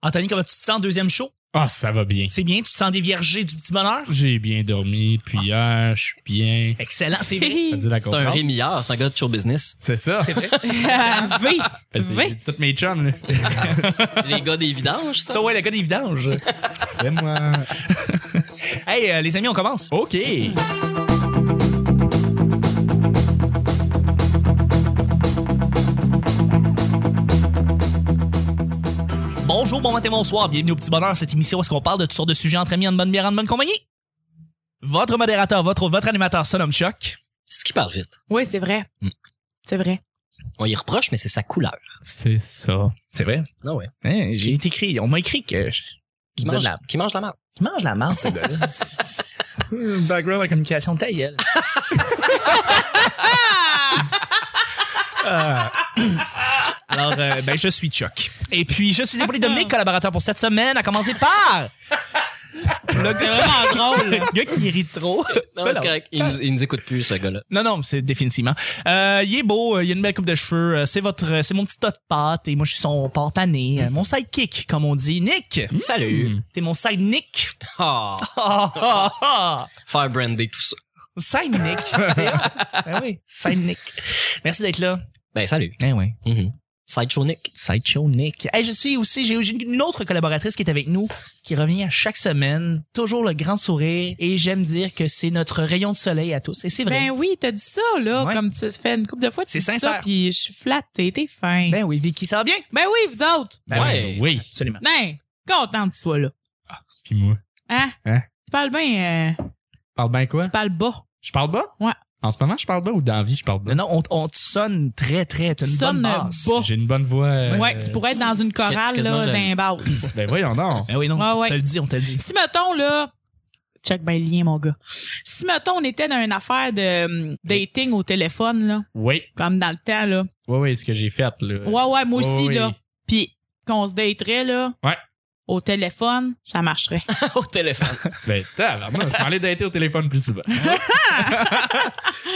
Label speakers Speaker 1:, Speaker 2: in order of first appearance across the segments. Speaker 1: Anthony, comment tu te sens deuxième show?
Speaker 2: Ah, ça va bien.
Speaker 1: C'est bien? Tu te sens déviergé du petit bonheur?
Speaker 2: J'ai bien dormi, puis hier, je suis bien.
Speaker 1: Excellent, c'est vrai.
Speaker 2: Vas-y, la
Speaker 3: C'est un
Speaker 2: comprendre.
Speaker 3: rémillard, c'est un gars de show business.
Speaker 2: C'est ça.
Speaker 4: v.
Speaker 2: C'est
Speaker 4: V.
Speaker 2: toutes mes chums, là.
Speaker 3: Les gars des vidanges, ça.
Speaker 1: Ça, ouais, le gars des vidanges.
Speaker 2: C'est moi.
Speaker 1: hey, euh, les amis, on commence.
Speaker 2: OK.
Speaker 1: Bonjour, bon matin, bonsoir. Bienvenue au Petit Bonheur, cette émission où est-ce qu'on parle de toutes sortes de sujets entre amis, en bonne bière, en bonne compagnie. Votre modérateur, votre, votre animateur, son homme Chuck.
Speaker 3: C'est qui parle vite.
Speaker 4: Oui, c'est vrai.
Speaker 3: Mm.
Speaker 4: C'est vrai.
Speaker 3: On y reproche, mais c'est sa couleur.
Speaker 2: C'est ça.
Speaker 1: C'est vrai. Hein,
Speaker 3: Ah ouais.
Speaker 1: J'ai été écrit, on m'a écrit que je,
Speaker 3: Qui,
Speaker 1: disais
Speaker 3: mange,
Speaker 1: de la-
Speaker 3: qui mange la marde.
Speaker 1: je mange la marde, ce gars-là. Hmm, Background en communication, ta gueule. Ah. Alors, euh, ben, je suis Chuck. Et puis, je suis épaulé de mes collaborateurs pour cette semaine, à commencer par le gars, le gars qui rit trop.
Speaker 3: Non,
Speaker 1: Ben
Speaker 3: c'est correct. Il nous, il nous écoute plus, ce gars-là.
Speaker 1: Non, non, c'est définitivement. Euh, il est beau, euh, il a une belle coupe de cheveux. euh, C'est votre, euh, c'est mon petit tas de pâtes et moi je suis son porc pané, euh, mon sidekick comme on dit. Nick,
Speaker 3: Hmm. Salut.
Speaker 1: t'es mon side Nick.
Speaker 3: Ah.
Speaker 1: Ah, ah, ah.
Speaker 3: Faire brander tout ça.
Speaker 1: Side Nick, c'est hot. Ben oui, side Nick. Merci d'être là.
Speaker 3: Ben, salut.
Speaker 1: Eh oui.
Speaker 3: Mhm. Sideshow Nick.
Speaker 1: Sideshow Nick. Hey, je suis aussi, j'ai j'ai une autre collaboratrice qui est avec nous, qui revient à chaque semaine, toujours le grand sourire, et j'aime dire que c'est notre rayon de soleil à tous, et c'est vrai.
Speaker 4: Ben oui, t'as dit ça, là,
Speaker 1: Ouais.
Speaker 4: comme tu se fais une couple de fois. tu
Speaker 1: C'est
Speaker 4: dis
Speaker 1: sincère.
Speaker 4: Ça, puis je suis flattée, t'es fin. Ben,
Speaker 1: Ben oui, Vicky, ça va bien?
Speaker 4: oui, vous autres.
Speaker 2: Ben
Speaker 3: Ouais.
Speaker 2: Oui.
Speaker 1: Absolument.
Speaker 4: Ben, content que tu sois là.
Speaker 2: Puis moi.
Speaker 4: Hein?
Speaker 2: Hein?
Speaker 4: Tu parles bien, euh,
Speaker 2: Parle bien quoi?
Speaker 4: tu parles bas.
Speaker 2: Je parle bas?
Speaker 4: Ouais.
Speaker 2: En ce moment, je parle bas ou dans la vie, je parle bas?
Speaker 1: Non, non, on, on te sonne très, très. T'as une
Speaker 4: Sonne
Speaker 1: bonne basse.
Speaker 4: bas.
Speaker 2: J'ai une bonne voix. euh,
Speaker 4: ouais, tu pourrais être dans une chorale,
Speaker 3: quasiment
Speaker 4: là,
Speaker 3: jeune.
Speaker 4: d'un basse.
Speaker 2: Ben voyons donc.
Speaker 1: Ben oui, non,
Speaker 4: Ouais, ouais.
Speaker 1: on te le dit, on te le dit.
Speaker 4: si, mettons, là, check ben le lien, mon gars. Si, mettons, on était dans une affaire de hum, dating au téléphone, là,
Speaker 2: Oui.
Speaker 4: comme dans le temps, là.
Speaker 2: Oui, oui, ce que j'ai fait, là.
Speaker 4: Ouais, ouais, moi
Speaker 2: Euh, Ouais,
Speaker 4: aussi,
Speaker 2: oui.
Speaker 4: là. Puis qu'on se daterait, là.
Speaker 2: Ouais.
Speaker 4: Au téléphone, ça marcherait.
Speaker 3: Au téléphone.
Speaker 2: Ben, tabarnak, je parlais d'être au téléphone plus souvent.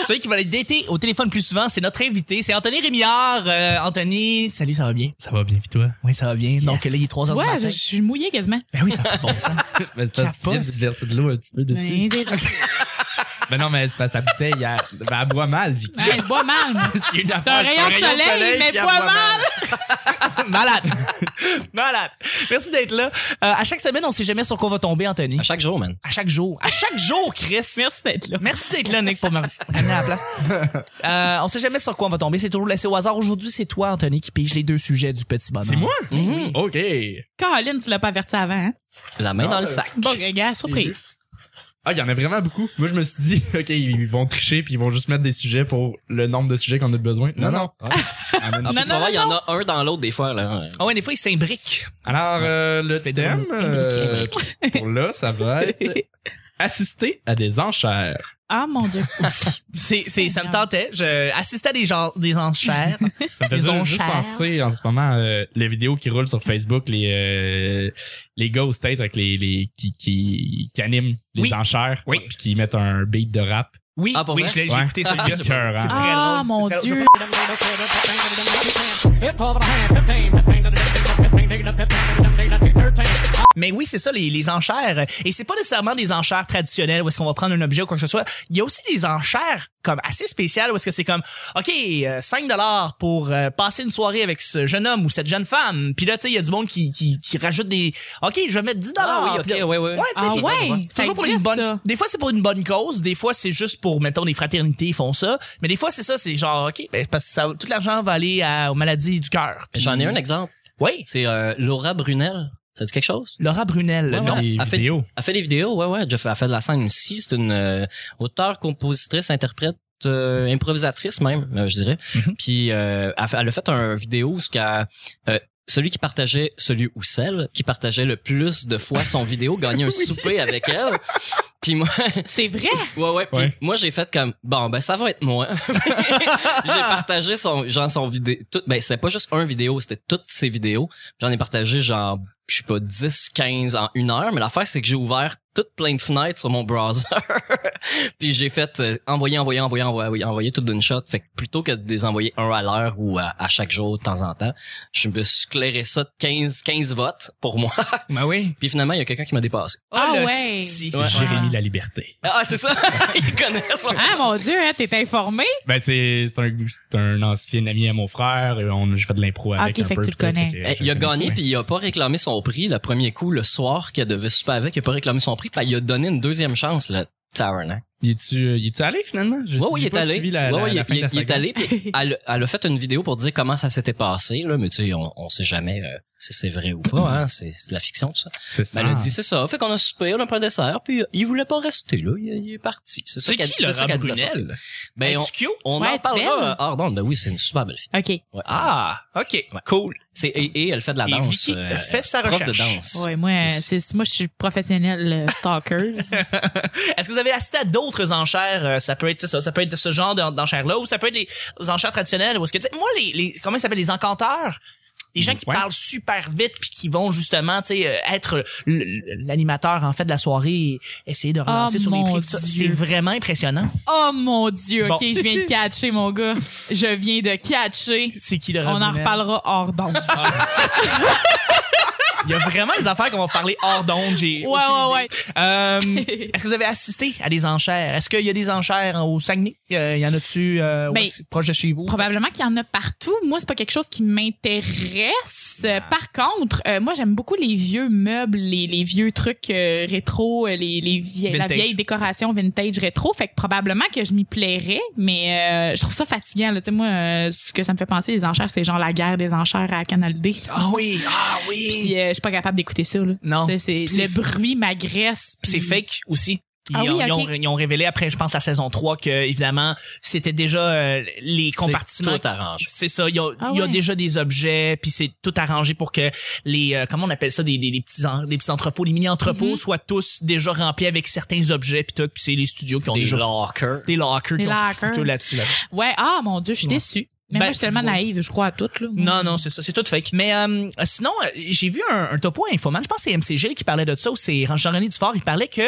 Speaker 1: Celui qui va être daté au téléphone plus souvent, c'est notre invité, c'est Anthony Rémillard. Euh, Anthony, salut, ça va bien?
Speaker 2: Ça va bien, pis toi?
Speaker 1: Oui, ça va bien. Donc là, il est 3
Speaker 4: Tu
Speaker 1: h du
Speaker 4: vois, je,
Speaker 1: matin.
Speaker 4: je suis mouillée quasiment.
Speaker 1: Ben oui, ça fait bon sens.
Speaker 2: Ben, c'est parce que tu viens de verser de l'eau un petit peu dessus.
Speaker 4: Ben, c'est ça.
Speaker 2: Ben non, mais c'est parce que sa bouteille, elle, ben, elle boit mal, Vicky.
Speaker 4: Hey, elle boit mal. moi.
Speaker 2: C'est une
Speaker 4: T'as un
Speaker 2: affaire.
Speaker 4: rayon de soleil, mais
Speaker 2: puis elle
Speaker 4: boit
Speaker 2: boit
Speaker 4: mal.
Speaker 1: Malade. Malade. Merci d'être là. Euh, à chaque semaine, on sait jamais sur quoi va tomber, Anthony.
Speaker 3: à chaque jour, man.
Speaker 1: À chaque jour. À chaque jour, Chris.
Speaker 4: Merci d'être là.
Speaker 1: Merci d'être là, Nick, pour me ramener à la place. Euh, on sait jamais sur quoi on va tomber. C'est toujours laissé au hasard. Aujourd'hui, c'est toi, Anthony, qui pige les deux sujets du petit bonheur.
Speaker 2: C'est moi?
Speaker 3: Mhm.
Speaker 2: OK.
Speaker 4: Caroline, tu l'as pas averti avant, hein?
Speaker 3: La main
Speaker 2: Non,
Speaker 3: dans le
Speaker 2: euh,
Speaker 3: sac.
Speaker 4: Bon, regarde, surprise.
Speaker 2: Ah, il y en a vraiment beaucoup. Moi, je me suis dit, OK, ils vont tricher puis ils vont juste mettre des sujets pour le nombre de sujets qu'on a besoin. Non, non. Ah,
Speaker 3: Ah,
Speaker 2: man.
Speaker 3: puis
Speaker 4: Non,
Speaker 3: tu
Speaker 4: non,
Speaker 3: vas voir, il y en a un dans l'autre des fois, là.
Speaker 1: Ah ouais, des fois, il s'imbrique.
Speaker 2: Alors, euh, le
Speaker 1: dire
Speaker 2: thème euh, pour là, ça va être assister à des enchères.
Speaker 4: Ah, mon Dieu.
Speaker 1: C'est, c'est, ça me tentait. Je assistais à des, gens, des enchères.
Speaker 2: Ça me
Speaker 1: Des
Speaker 2: faisait juste
Speaker 1: enchères.
Speaker 2: penser en ce moment euh, les vidéos qui roulent sur Facebook, les euh, les gars aux States avec les, les qui, qui qui animent les
Speaker 1: Oui.
Speaker 2: enchères,
Speaker 1: Oui.
Speaker 2: puis qui mettent un beat de rap.
Speaker 1: Oui,
Speaker 3: Ah, pour
Speaker 1: oui
Speaker 3: vrai?
Speaker 1: je l'ai, j'ai
Speaker 2: Ouais.
Speaker 1: écouté celui-là.
Speaker 2: C'est hein. écœurant.
Speaker 1: C'est très
Speaker 4: Ah,
Speaker 1: drôle.
Speaker 4: mon
Speaker 1: C'est très-
Speaker 4: Dieu.
Speaker 1: Mais oui, c'est ça, les, les enchères. euh, Et c'est pas nécessairement des enchères traditionnelles où est-ce qu'on va prendre un objet ou quoi que ce soit. Il y a aussi des enchères comme assez spéciales où est-ce que c'est comme, OK, euh, 5 dollars pour euh, passer une soirée avec ce jeune homme ou cette jeune femme. Puis là, tu sais, il y a du monde qui, qui, qui rajoute des, OK, je vais mettre 10 dollars.
Speaker 3: Ah oui, ok, ouais, ouais.
Speaker 1: Ouais, tu sais,
Speaker 4: Ah
Speaker 1: puis-
Speaker 4: ouais,
Speaker 1: c'est
Speaker 4: ça
Speaker 1: toujours pour une
Speaker 4: existe,
Speaker 1: bonne.
Speaker 4: ça.
Speaker 1: Des fois, c'est pour une bonne cause. Des fois, c'est juste pour, mettons, des fraternités ils font ça. Mais des fois, c'est ça, c'est genre, ok, ben, c'est parce que ça, tout l'argent va aller à- aux maladies du cœur. Puis-
Speaker 3: J'en ai un exemple.
Speaker 1: Oui,
Speaker 3: C'est euh, Laura Brunel. Ça dit quelque chose?
Speaker 1: Laura Brunel.
Speaker 3: Ouais,
Speaker 1: non?
Speaker 3: ouais.
Speaker 2: les
Speaker 3: elle fait-
Speaker 2: vidéos.
Speaker 3: Elle fait des vidéos, ouais, ouais. Elle fait, elle fait de la scène aussi. C'est une euh, auteure, compositrice, interprète, euh, improvisatrice même, euh, je dirais.
Speaker 1: Mhm.
Speaker 3: Puis euh, elle, fait- elle a fait un vidéo où ce qu'elle, euh, celui qui partageait, celui ou celle qui partageait le plus de fois son vidéo gagnait un souper avec elle. Puis moi,
Speaker 4: C'est vrai.
Speaker 3: ouais, ouais, puis
Speaker 2: Ouais.
Speaker 3: moi j'ai fait comme bon ben ça va être moi. j'ai partagé son genre son vidéo. Tout, ben c'est pas juste un vidéo, c'était toutes ses vidéos. J'en ai partagé genre je sais pas, 10, 15 en une heure, mais l'affaire, c'est que j'ai ouvert toute plein de fenêtres sur mon browser. puis j'ai fait euh, envoyer, envoyer, envoyer, envoyer, envoyer tout d'une shot. Fait que plutôt que de les envoyer un à l'heure ou à, à chaque jour de temps en temps, je me suis clairé ça de 15, 15 votes pour moi.
Speaker 1: Ben oui.
Speaker 3: puis finalement, il y a quelqu'un qui m'a dépassé.
Speaker 4: Ah
Speaker 1: le
Speaker 4: ouais.
Speaker 1: sti.
Speaker 3: Ouais.
Speaker 2: Jérémy La Liberté.
Speaker 3: Ah, c'est ça! il connaît son...
Speaker 4: Ah mon Dieu, hein, t'es informé?
Speaker 2: Ben, c'est c'est un, c'est un ancien ami à mon frère. et on- J'ai fait de l'impro
Speaker 4: Ah,
Speaker 2: avec
Speaker 4: ok,
Speaker 2: un
Speaker 4: fait que
Speaker 2: peu,
Speaker 4: tu le
Speaker 2: puis tout,
Speaker 4: connais.
Speaker 2: fait que,
Speaker 3: Eh,
Speaker 2: je
Speaker 3: il a
Speaker 2: le connais,
Speaker 3: gagné
Speaker 2: ouais.
Speaker 3: puis il a pas réclamé son prix le premier coup le soir qu'elle devait super avec il a pas réclamé son prix puis il a donné une deuxième chance le Tavernac.
Speaker 2: Il est-tu euh, il est-tu allé finalement? Je-
Speaker 3: Ouais
Speaker 2: j'ai
Speaker 3: oui, il est
Speaker 2: pas
Speaker 3: allé.
Speaker 2: suivi la-
Speaker 3: Ouais,
Speaker 2: la-
Speaker 3: ouais,
Speaker 2: la fin
Speaker 3: il,
Speaker 2: de la
Speaker 3: il est
Speaker 2: saga.
Speaker 3: allé puis elle, elle a fait une vidéo pour dire comment ça s'était passé là mais tu sais on, on sait jamais euh, si c'est vrai ou pas hein, c'est c'est de la fiction tout ça.
Speaker 2: C'est ça.
Speaker 3: Mais elle a dit c'est ça, fait qu'on a super on a pris un dessert puis euh, il voulait pas rester là, il, il est parti. C'est ça
Speaker 1: C'est
Speaker 3: qu'elle-
Speaker 1: qui le
Speaker 3: c'est ça
Speaker 1: rat
Speaker 3: qu'elle disait ça.
Speaker 1: Brunel?
Speaker 3: Ben on,
Speaker 1: Es-tu cute?
Speaker 3: on en
Speaker 4: Ouais, tu belles?
Speaker 3: parlera euh, hors d'onde. Ben oui, c'est une super belle fille.
Speaker 4: OK.
Speaker 3: Ouais.
Speaker 1: Ah, ok, cool.
Speaker 3: c'est et, et elle fait de la
Speaker 1: Et
Speaker 3: danse.
Speaker 1: Vicky
Speaker 3: euh,
Speaker 1: fait sa
Speaker 3: prof de
Speaker 1: recherche.
Speaker 3: danse.
Speaker 4: Ouais, moi, c'est, moi, je suis euh, professionnel stalker.
Speaker 1: Est-ce que vous avez assisté à d'autres enchères euh, Ça peut être c'est ça, ça peut être ce genre d'en- d'enchères-là, ou ça peut être des enchères traditionnelles. Ou est-ce que tu sais, moi les, les comment ça s'appelle les encanteurs les gens qui
Speaker 2: Ouais.
Speaker 1: parlent super vite puis qui vont justement tu sais euh, être l- l- l'animateur en fait de la soirée et essayer de relancer sur les
Speaker 4: Oh mon
Speaker 1: prix tout ça. c'est
Speaker 4: Dieu.
Speaker 1: vraiment impressionnant
Speaker 4: Oh mon Dieu,
Speaker 1: Bon.
Speaker 4: OK, je viens de catcher, mon gars. Je viens de catcher.
Speaker 1: c'est qui le
Speaker 4: On en
Speaker 1: Robinel?
Speaker 4: reparlera hors d'onde.
Speaker 1: il y a vraiment des affaires qu'on va parler hors d'onde j'ai
Speaker 4: Ouais, ouais, ouais.
Speaker 1: Euh, est-ce que vous avez assisté à des enchères est-ce qu'il y a des enchères au Saguenay Euh, il y en a-tu euh, où
Speaker 4: Ben,
Speaker 1: est-ce- proche de chez vous
Speaker 4: Probablement qu'il y en a partout. Moi, c'est pas quelque chose qui m'intéresse.
Speaker 1: Ah.
Speaker 4: Euh, Par contre, euh, moi, j'aime beaucoup les vieux meubles, les, les vieux trucs euh, rétro, euh, les, les vieilles, la
Speaker 1: Vintage.
Speaker 4: vieille décoration vintage rétro. Fait que probablement que je m'y plairais, mais euh, je trouve ça fatigant. là. Tu sais, moi, euh, ce que ça me fait penser, les enchères, c'est genre la guerre des enchères à Canal D.
Speaker 1: ah oui ah oui
Speaker 4: Puis euh, je suis pas capable d'écouter ça. Là.
Speaker 1: Non.
Speaker 4: Ça, c'est-
Speaker 1: C'est
Speaker 4: le
Speaker 1: fa-
Speaker 4: bruit m'agresse.
Speaker 1: Puis c'est
Speaker 4: puis-
Speaker 1: fake aussi. Ils,
Speaker 4: Ah oui,
Speaker 1: ont,
Speaker 4: ok.
Speaker 1: ils ont- ils ont révélé après, je pense, la saison 3 que, évidemment, c'était déjà euh, les
Speaker 3: C'est
Speaker 1: compartiments.
Speaker 3: tout arrangé.
Speaker 1: C'est ça, il y, a,
Speaker 4: Ah
Speaker 1: il y a
Speaker 4: ouais.
Speaker 1: déjà des objets, puis c'est tout arrangé pour que les, euh, comment on appelle ça, des, des, des petits, en- des petits entrepôts, les mini-entrepôts
Speaker 4: Mhm.
Speaker 1: soient tous déjà remplis avec certains objets, puis tout, puis c'est les studios qui ont
Speaker 3: Des
Speaker 1: déjà
Speaker 3: lockers.
Speaker 1: des lockers
Speaker 4: Des
Speaker 1: qui ont
Speaker 4: lockers.
Speaker 1: tout là-dessus. là.
Speaker 4: Ouais, ah mon Dieu, je suis
Speaker 1: Ouais.
Speaker 4: déçue. Mais
Speaker 1: Ben,
Speaker 4: moi, je suis tellement
Speaker 1: ouais.
Speaker 4: naïve, je crois à tout. Là.
Speaker 1: Non, non, c'est ça, c'est tout fake. Mais euh, sinon, euh, j'ai vu un, un topo à Infoman, je pense que c'est MC Gilles qui parlait de ça, ou c'est Jean-René Dufort, il parlait que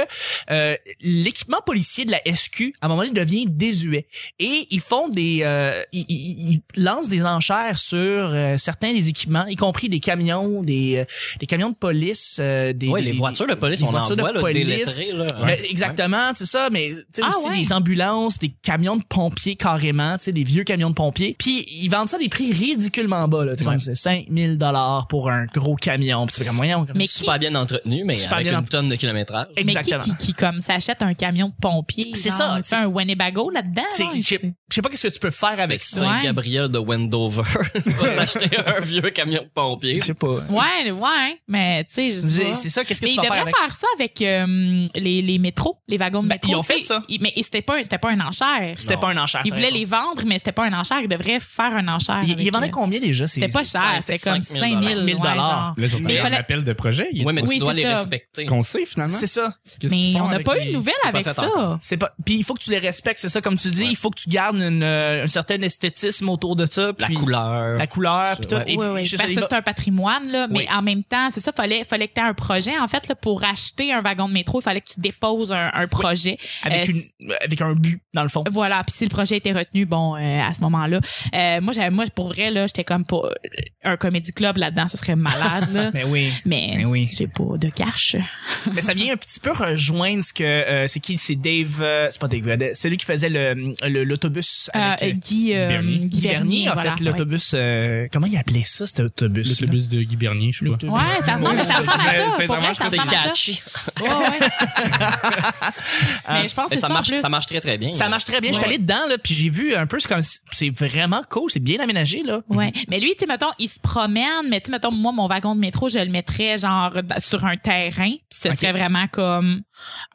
Speaker 1: euh, l'équipement policier de la SQ, à un moment donné, devient désuet. Et ils font des... euh, ils, ils- ils lancent des enchères sur euh, certains des équipements, y compris des camions, des, euh, des camions de police, euh, des...
Speaker 3: Ouais,
Speaker 1: des-
Speaker 3: les
Speaker 1: des-
Speaker 3: voitures de police,
Speaker 1: les
Speaker 3: on en
Speaker 1: voitures de
Speaker 3: voit, là,
Speaker 1: police.
Speaker 3: délettrées, là.
Speaker 1: Ben,
Speaker 3: Ouais.
Speaker 1: exactement, c'est ça, mais tu sais
Speaker 4: Ah
Speaker 1: aussi
Speaker 4: ouais.
Speaker 1: des ambulances, des camions de pompiers carrément, tu sais des vieux camions de pompiers. Puis ils vendent ça à des prix ridiculement bas là, tu sais
Speaker 3: Ouais.
Speaker 1: comme c'est 5000 dollars pour un gros camion, puis tu fais comme moyen comme
Speaker 4: Mais qui-
Speaker 3: Super bien entretenu, mais
Speaker 1: Super
Speaker 3: avec
Speaker 1: bien
Speaker 3: une
Speaker 1: entre-
Speaker 3: tonne de kilométrage.
Speaker 1: Et- Exactement.
Speaker 4: Mais qui, qui, qui, comme s'achète un camion de pompier?
Speaker 1: C'est
Speaker 4: genre,
Speaker 1: ça,
Speaker 4: on fait
Speaker 1: c'est-
Speaker 4: un Winnebago là-dedans?
Speaker 1: C'est-
Speaker 4: là,
Speaker 1: je sais- je sais pas qu'est-ce que tu peux faire
Speaker 3: Avec
Speaker 1: avec ça.
Speaker 3: Saint-Gabriel de Wendover, va s'acheter un vieux camion de pompier.
Speaker 1: Je sais pas.
Speaker 4: Ouais, ouais, mais tu sais, je sais
Speaker 1: C'est
Speaker 4: pas.
Speaker 1: c'est ça qu'est-ce que
Speaker 4: Mais
Speaker 1: tu
Speaker 4: ils
Speaker 1: vas
Speaker 4: devraient
Speaker 1: faire avec
Speaker 4: faire ça avec euh, les, les métros, les wagons de
Speaker 1: Ben,
Speaker 4: métro.
Speaker 1: ils ont fait
Speaker 4: tu sais.
Speaker 1: ça.
Speaker 4: Ils- Mais et c'était pas, un- c'était pas un enchère.
Speaker 1: C'était
Speaker 3: Non.
Speaker 1: pas un enchère.
Speaker 4: Ils
Speaker 1: t'as
Speaker 4: voulaient
Speaker 1: raison.
Speaker 4: les vendre, mais c'était pas un enchère. Ils devraient faire un enchère.
Speaker 1: Ils-
Speaker 4: avec,
Speaker 1: Ils vendaient
Speaker 4: euh,
Speaker 1: combien déjà ces-
Speaker 4: C'était pas
Speaker 1: ces-
Speaker 4: cher,
Speaker 3: c'était
Speaker 4: c'était comme
Speaker 3: 5 000
Speaker 4: 5 000
Speaker 1: 5 000
Speaker 4: ouais, genre.
Speaker 2: Là, ils ont
Speaker 4: Mais il
Speaker 2: parlé
Speaker 4: fallait-
Speaker 2: un appel de projet. Il y a
Speaker 3: Ouais, mais
Speaker 2: pas-
Speaker 4: Oui,
Speaker 3: tu dois
Speaker 4: c'est
Speaker 3: les
Speaker 4: ça.
Speaker 2: ce
Speaker 3: respecter.
Speaker 2: qu'on sait finalement.
Speaker 1: C'est ça.
Speaker 2: Qu'est-ce qu'ils
Speaker 4: Mais
Speaker 2: font
Speaker 4: on n'a
Speaker 2: avec
Speaker 4: pas eu
Speaker 2: les-
Speaker 4: de nouvelles
Speaker 3: c'est pas
Speaker 4: avec
Speaker 3: fait
Speaker 4: ça.
Speaker 3: encore.
Speaker 1: C'est pas puis il faut que tu les respectes, c'est ça comme tu dis, il faut que tu gardes une, euh, un certain esthétisme autour de ça
Speaker 3: La
Speaker 1: puis
Speaker 3: couleur.
Speaker 1: la couleur puis tout
Speaker 3: Ouais.
Speaker 1: et
Speaker 4: Oui,
Speaker 1: puis,
Speaker 4: oui.
Speaker 1: je sais,
Speaker 4: Parce
Speaker 1: il
Speaker 4: que
Speaker 1: va-
Speaker 4: Ben, c'est un patrimoine, là, mais
Speaker 1: Oui.
Speaker 4: en même temps, c'est ça, fallait, fallait que tu aies un projet. En fait, là, pour acheter un wagon de métro, il fallait que tu déposes un, un projet.
Speaker 1: avec
Speaker 4: Euh,
Speaker 1: une avec un but dans le fond.
Speaker 4: Voilà, puis si le projet était retenu, bon, euh, à ce moment-là, euh, moi, j'avais, moi, pour vrai, là, j'étais comme pour euh, un comédie club là-dedans, ça serait malade, là.
Speaker 1: Mais oui.
Speaker 4: Mais,
Speaker 1: Mais oui.
Speaker 4: j'ai pas de cash. euh,
Speaker 1: Mais ça vient un petit peu rejoindre ce que euh, c'est qui c'est Dave euh, c'est pas Dave Godet, c'est lui qui faisait le le- l'autobus
Speaker 4: Euh,
Speaker 1: avec euh,
Speaker 4: Guy, euh,
Speaker 2: Bernier.
Speaker 4: Guy
Speaker 1: Guy Bernier,
Speaker 4: Vernier,
Speaker 1: en
Speaker 4: voilà.
Speaker 1: fait l'autobus euh, comment il appelait ça cet autobus
Speaker 2: L'autobus de Guy Bernier, je sais pas.
Speaker 4: Ouais, Ouais, ça ressemble, mais ça ressemble à ça.
Speaker 2: Mais
Speaker 4: pour
Speaker 2: sincèrement,
Speaker 4: vrai,
Speaker 2: je
Speaker 4: ça
Speaker 2: pense
Speaker 3: C'est
Speaker 4: ressemble à ça.
Speaker 3: catchy.
Speaker 4: Ouais, ouais. mais je pense que
Speaker 3: Mais
Speaker 4: c'est
Speaker 3: ça
Speaker 4: ça, en
Speaker 3: marche,
Speaker 4: plus.
Speaker 3: ça marche très très bien. hein.
Speaker 1: Ça marche très bien, je suis
Speaker 4: Ouais.
Speaker 1: allé dedans là puis j'ai vu un peu c'est comme c'est vraiment cool, c'est bien aménagé là.
Speaker 4: Ouais. Mais lui, tu sais, mettons, il se promène, mais tu sais, mettons, moi, mon wagon de métro, je le mettrais genre dans- sur un terrain, puis ce
Speaker 1: Ok.
Speaker 4: serait vraiment comme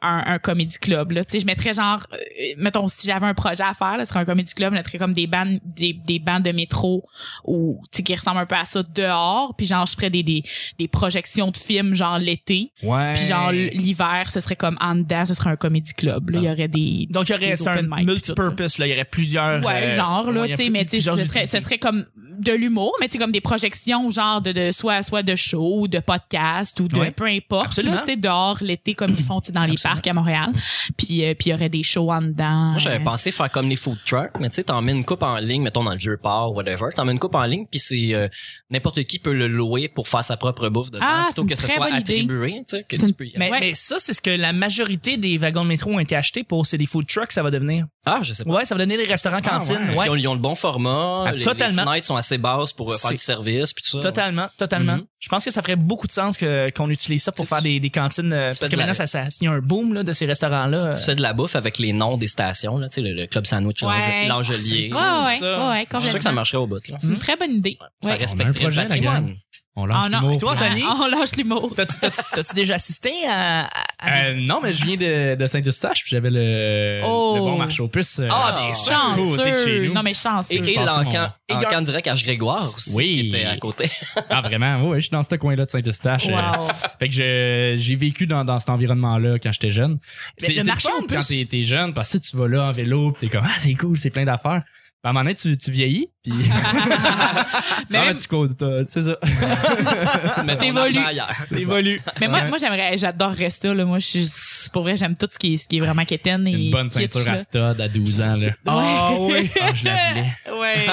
Speaker 4: un, un comedy club. Là. Tu sais, Je mettrais genre, euh, mettons, si j'avais un projet à faire, là, ce serait un comedy club, je mettrais comme des bandes, des, des bandes de métro ou tu sais, qui ressemblent un peu à ça dehors, puis genre je ferais des, des, des projections de films genre l'été,
Speaker 5: Ouais.
Speaker 4: puis genre l'hiver, ce serait comme en dedans, ce serait un comedy club. là. Il y aurait des
Speaker 1: Ah. Donc, il y aurait
Speaker 4: des
Speaker 1: c'est un
Speaker 4: open mic, tout
Speaker 1: multipurpose, là. Il y aurait plusieurs.
Speaker 4: ça. Ouais,
Speaker 1: euh,
Speaker 4: genre là, tu
Speaker 1: moyens,
Speaker 4: sais, mais tu sais,
Speaker 1: plusieurs
Speaker 4: ce serait, ce
Speaker 1: utilités.
Speaker 4: serait comme de l'humour, mais tu sais comme des projections genre de, de soit soit de show, ou de podcast ou de
Speaker 1: Ouais.
Speaker 4: peu importe,
Speaker 1: Absolument.
Speaker 4: là, tu sais dehors l'été comme ils font tu sais, dans les
Speaker 1: Absolument.
Speaker 4: parcs à Montréal. Puis euh, puis il y aurait des shows en dedans.
Speaker 3: Moi, j'avais
Speaker 4: Euh,
Speaker 3: pensé faire comme les food trucks, mais tu sais, t'en mets une coupe en ligne, mettons dans le vieux port, whatever. T'en mets une coupe en ligne, puis c'est euh, n'importe qui peut le louer pour faire sa propre bouffe dedans,
Speaker 4: Ah, c'est
Speaker 3: plutôt
Speaker 4: une
Speaker 3: que ce
Speaker 4: très
Speaker 3: soit
Speaker 4: bonne idée.
Speaker 3: attribué. Tu sais, que
Speaker 4: C'est
Speaker 3: tu
Speaker 4: une-
Speaker 3: peux y aller.
Speaker 1: Mais,
Speaker 4: Ouais.
Speaker 1: mais ça, c'est ce que la majorité des wagons de métro ont été achetés pour. C'est des food trucks, ça va devenir.
Speaker 3: Ah, je sais pas.
Speaker 1: Ouais, ça va donner des restaurants cantines.
Speaker 3: Parce
Speaker 1: ouais.
Speaker 3: qu'ils ont, ils ont le bon format,
Speaker 1: Ah,
Speaker 3: les,
Speaker 1: totalement.
Speaker 3: les fenêtres sont assez basses pour euh, faire
Speaker 1: C'est-
Speaker 3: du service, puis tout ça.
Speaker 1: Totalement, totalement.
Speaker 3: Mhm.
Speaker 1: Je pense que ça ferait beaucoup de sens que qu'on utilise ça pour
Speaker 3: Tu-
Speaker 1: faire des, des cantines euh,
Speaker 3: tu
Speaker 1: parce
Speaker 3: fais de
Speaker 1: que
Speaker 3: la-
Speaker 1: maintenant ça, ça il y a un boom là, de ces restaurants là.
Speaker 3: Tu fais de la bouffe avec les noms des stations, là, tu sais, le, le Club Sandwich,
Speaker 4: Ouais. Ah,
Speaker 3: l'Ange- l'Angelier.
Speaker 4: Ouais, ouais,
Speaker 1: ça.
Speaker 4: ouais, ouais,
Speaker 3: Je suis sûr que ça
Speaker 4: complètement.
Speaker 3: marcherait au bout. Là.
Speaker 4: C'est une très bonne idée.
Speaker 3: Ça
Speaker 4: Mm-hmm. Ouais.
Speaker 3: respecterait
Speaker 2: projet,
Speaker 3: le
Speaker 2: la
Speaker 3: patrimoine.
Speaker 2: gang. On
Speaker 4: Ah
Speaker 2: lance
Speaker 4: non.
Speaker 2: l'humour.
Speaker 1: Toi, Anthony?
Speaker 4: Ah, on lâche l'humour.
Speaker 1: T'as-tu t'as-tu- t'as-tu déjà assisté à, à- à des-
Speaker 2: Euh, non, mais je viens de, de Saint-Eustache, puis j'avais le,
Speaker 4: Oh.
Speaker 2: le bon marché aux puces. euh,
Speaker 1: Ah,
Speaker 3: Ah.
Speaker 1: bien sûr.
Speaker 2: Chanceux.
Speaker 4: Chanceux.
Speaker 2: chez nous.
Speaker 4: Non, mais chanceux.
Speaker 3: Et, et
Speaker 2: Je pensais
Speaker 3: l'encan
Speaker 1: mon-
Speaker 3: encan direct à Grégoire aussi,
Speaker 2: Oui.
Speaker 3: qui était à côté.
Speaker 2: Ah, vraiment? Oui, je suis dans ce coin-là de Saint-Eustache. Euh,
Speaker 4: Wow.
Speaker 2: Fait que je- j'ai vécu dans, dans cet environnement-là quand j'étais jeune.
Speaker 1: Mais
Speaker 2: C'est
Speaker 1: le
Speaker 2: c'est
Speaker 1: marché
Speaker 2: fun
Speaker 1: aux
Speaker 2: quand
Speaker 1: puces-
Speaker 2: t'es t'es jeune, parce que tu vas là en vélo, pis t'es comme, ah, c'est cool, c'est plein d'affaires. Puis à un moment donné, tu, tu vieillis, puis ah, tu codes, t'as- c'est ça.
Speaker 3: tu mets ton
Speaker 4: T'évolues.
Speaker 3: argent ailleurs.
Speaker 1: T'évolues.
Speaker 4: Mais moi, moi j'aimerais, j'adorerais ça. Là. Moi, je suis, pour vrai, j'aime tout ce qui est, ce qui est vraiment quétaine et
Speaker 2: Une bonne
Speaker 4: kitsch,
Speaker 2: ceinture
Speaker 4: là.
Speaker 2: à stud à 12 ans, là.
Speaker 1: Ah oui.
Speaker 2: Ah, je la voulais.
Speaker 4: Ouais.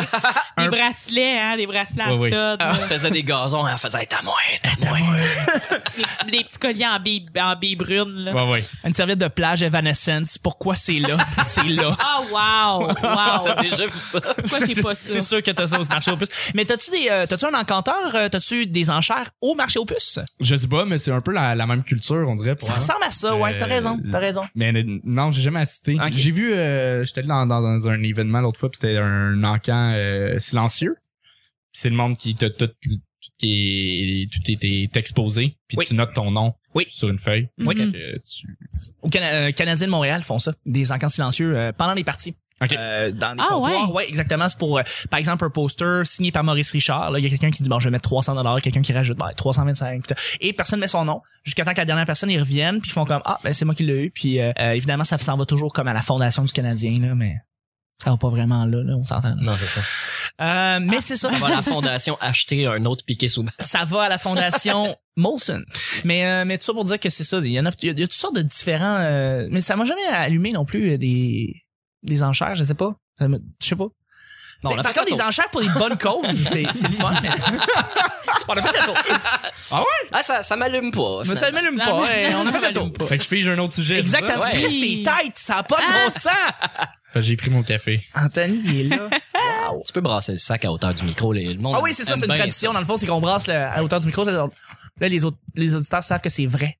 Speaker 4: Des bracelets, hein, des bracelets euh, à
Speaker 2: Oui, oui.
Speaker 4: stud,
Speaker 1: Ah.
Speaker 4: là.
Speaker 3: Tu faisais des gazons, elle faisait ta moi, ta moi.
Speaker 4: des, petits, des petits colliers en billes, en billes brunes. Là.
Speaker 2: Ouais, ouais.
Speaker 1: Une serviette de plage Evanescence. Pourquoi c'est là C'est là.
Speaker 4: Ah, wow! Wow!
Speaker 3: T'as déjà vu ça?
Speaker 4: Pourquoi j'ai pas ça?
Speaker 1: C'est sûr que t'as ça au marché aux puces. Mais t'as-tu des euh, t'as-tu un encanteur euh, T'as-tu des enchères au marché aux puces
Speaker 2: Je sais pas, mais c'est un peu la, la même culture, on dirait. pour
Speaker 1: Ça
Speaker 2: moi.
Speaker 1: ressemble à ça. Ouais,
Speaker 2: Euh,
Speaker 1: t'as raison. T'as raison.
Speaker 2: Mais n- non, j'ai jamais assisté.
Speaker 1: Ok.
Speaker 2: J'ai vu, euh, j'étais allé dans, dans, dans un événement l'autre fois, puis c'était un encan euh, silencieux. C'est le monde qui te tout, tout qui est, tout est, est exposé, puis
Speaker 1: Oui.
Speaker 2: tu notes ton nom
Speaker 1: Oui.
Speaker 2: sur une feuille.
Speaker 4: Oui.
Speaker 2: Fait que tu-
Speaker 1: Au Cana- euh, Canadiens de Montréal font ça, des encans silencieux euh, pendant les parties.
Speaker 2: Ok.
Speaker 1: Euh, dans les
Speaker 4: Ah,
Speaker 1: comptoirs.
Speaker 4: ouais.
Speaker 1: ouais, exactement. C'est pour, euh, par exemple, un poster signé par Maurice Richard. là, Il y a quelqu'un qui dit, bon, je vais mettre 300 dollars, quelqu'un qui rajoute, ben, 325. putain. Et personne met son nom jusqu'à temps que la dernière personne, ils reviennent, puis ils font comme, ah, ben, c'est moi qui l'ai eu. Puis, euh, euh, évidemment, ça s'en va toujours comme à la fondation du Canadien, là, mais ça va pas vraiment là, là on s'entend.
Speaker 3: Non, c'est ça.
Speaker 1: Euh, mais c'est ça.
Speaker 3: Ça va à la fondation acheter un autre piqué sous
Speaker 1: ça va à la fondation Molson. Mais euh, mais tout ça pour dire que c'est ça, il y en a il y a, il y a toutes sortes de différents euh, mais ça m'a jamais allumé non plus euh, des des enchères, je sais pas. Ça me- je sais pas.
Speaker 3: Non, on a
Speaker 1: Par
Speaker 3: fait
Speaker 1: contre,
Speaker 3: le
Speaker 1: les
Speaker 3: tour.
Speaker 1: enchères pour les bonnes causes, c'est c'est le fun, mais c'est- on a fait le tour.
Speaker 3: Ah, ça, ça m'allume pas.
Speaker 1: Mais
Speaker 3: finalement.
Speaker 1: ça m'allume
Speaker 4: Non,
Speaker 1: pas.
Speaker 4: mais-
Speaker 1: hein, on a fait le tour.
Speaker 4: m'allume
Speaker 2: Fait que je pige un autre sujet.
Speaker 1: Exactement.
Speaker 3: Ouais. Ah!
Speaker 1: Reste tes têtes, ça a pas de bon sens.
Speaker 2: Fait que J'ai pris mon café.
Speaker 1: Anthony, il est là. Wow.
Speaker 3: Tu peux brasser le sac à hauteur du micro, les- le monde.
Speaker 1: Ah oui, c'est ça,
Speaker 3: aime
Speaker 1: c'est une
Speaker 3: bien
Speaker 1: tradition
Speaker 3: ça.
Speaker 1: dans le fond, c'est qu'on brasse le- à hauteur du micro. Là, les, autres, les auditeurs savent que c'est vrai.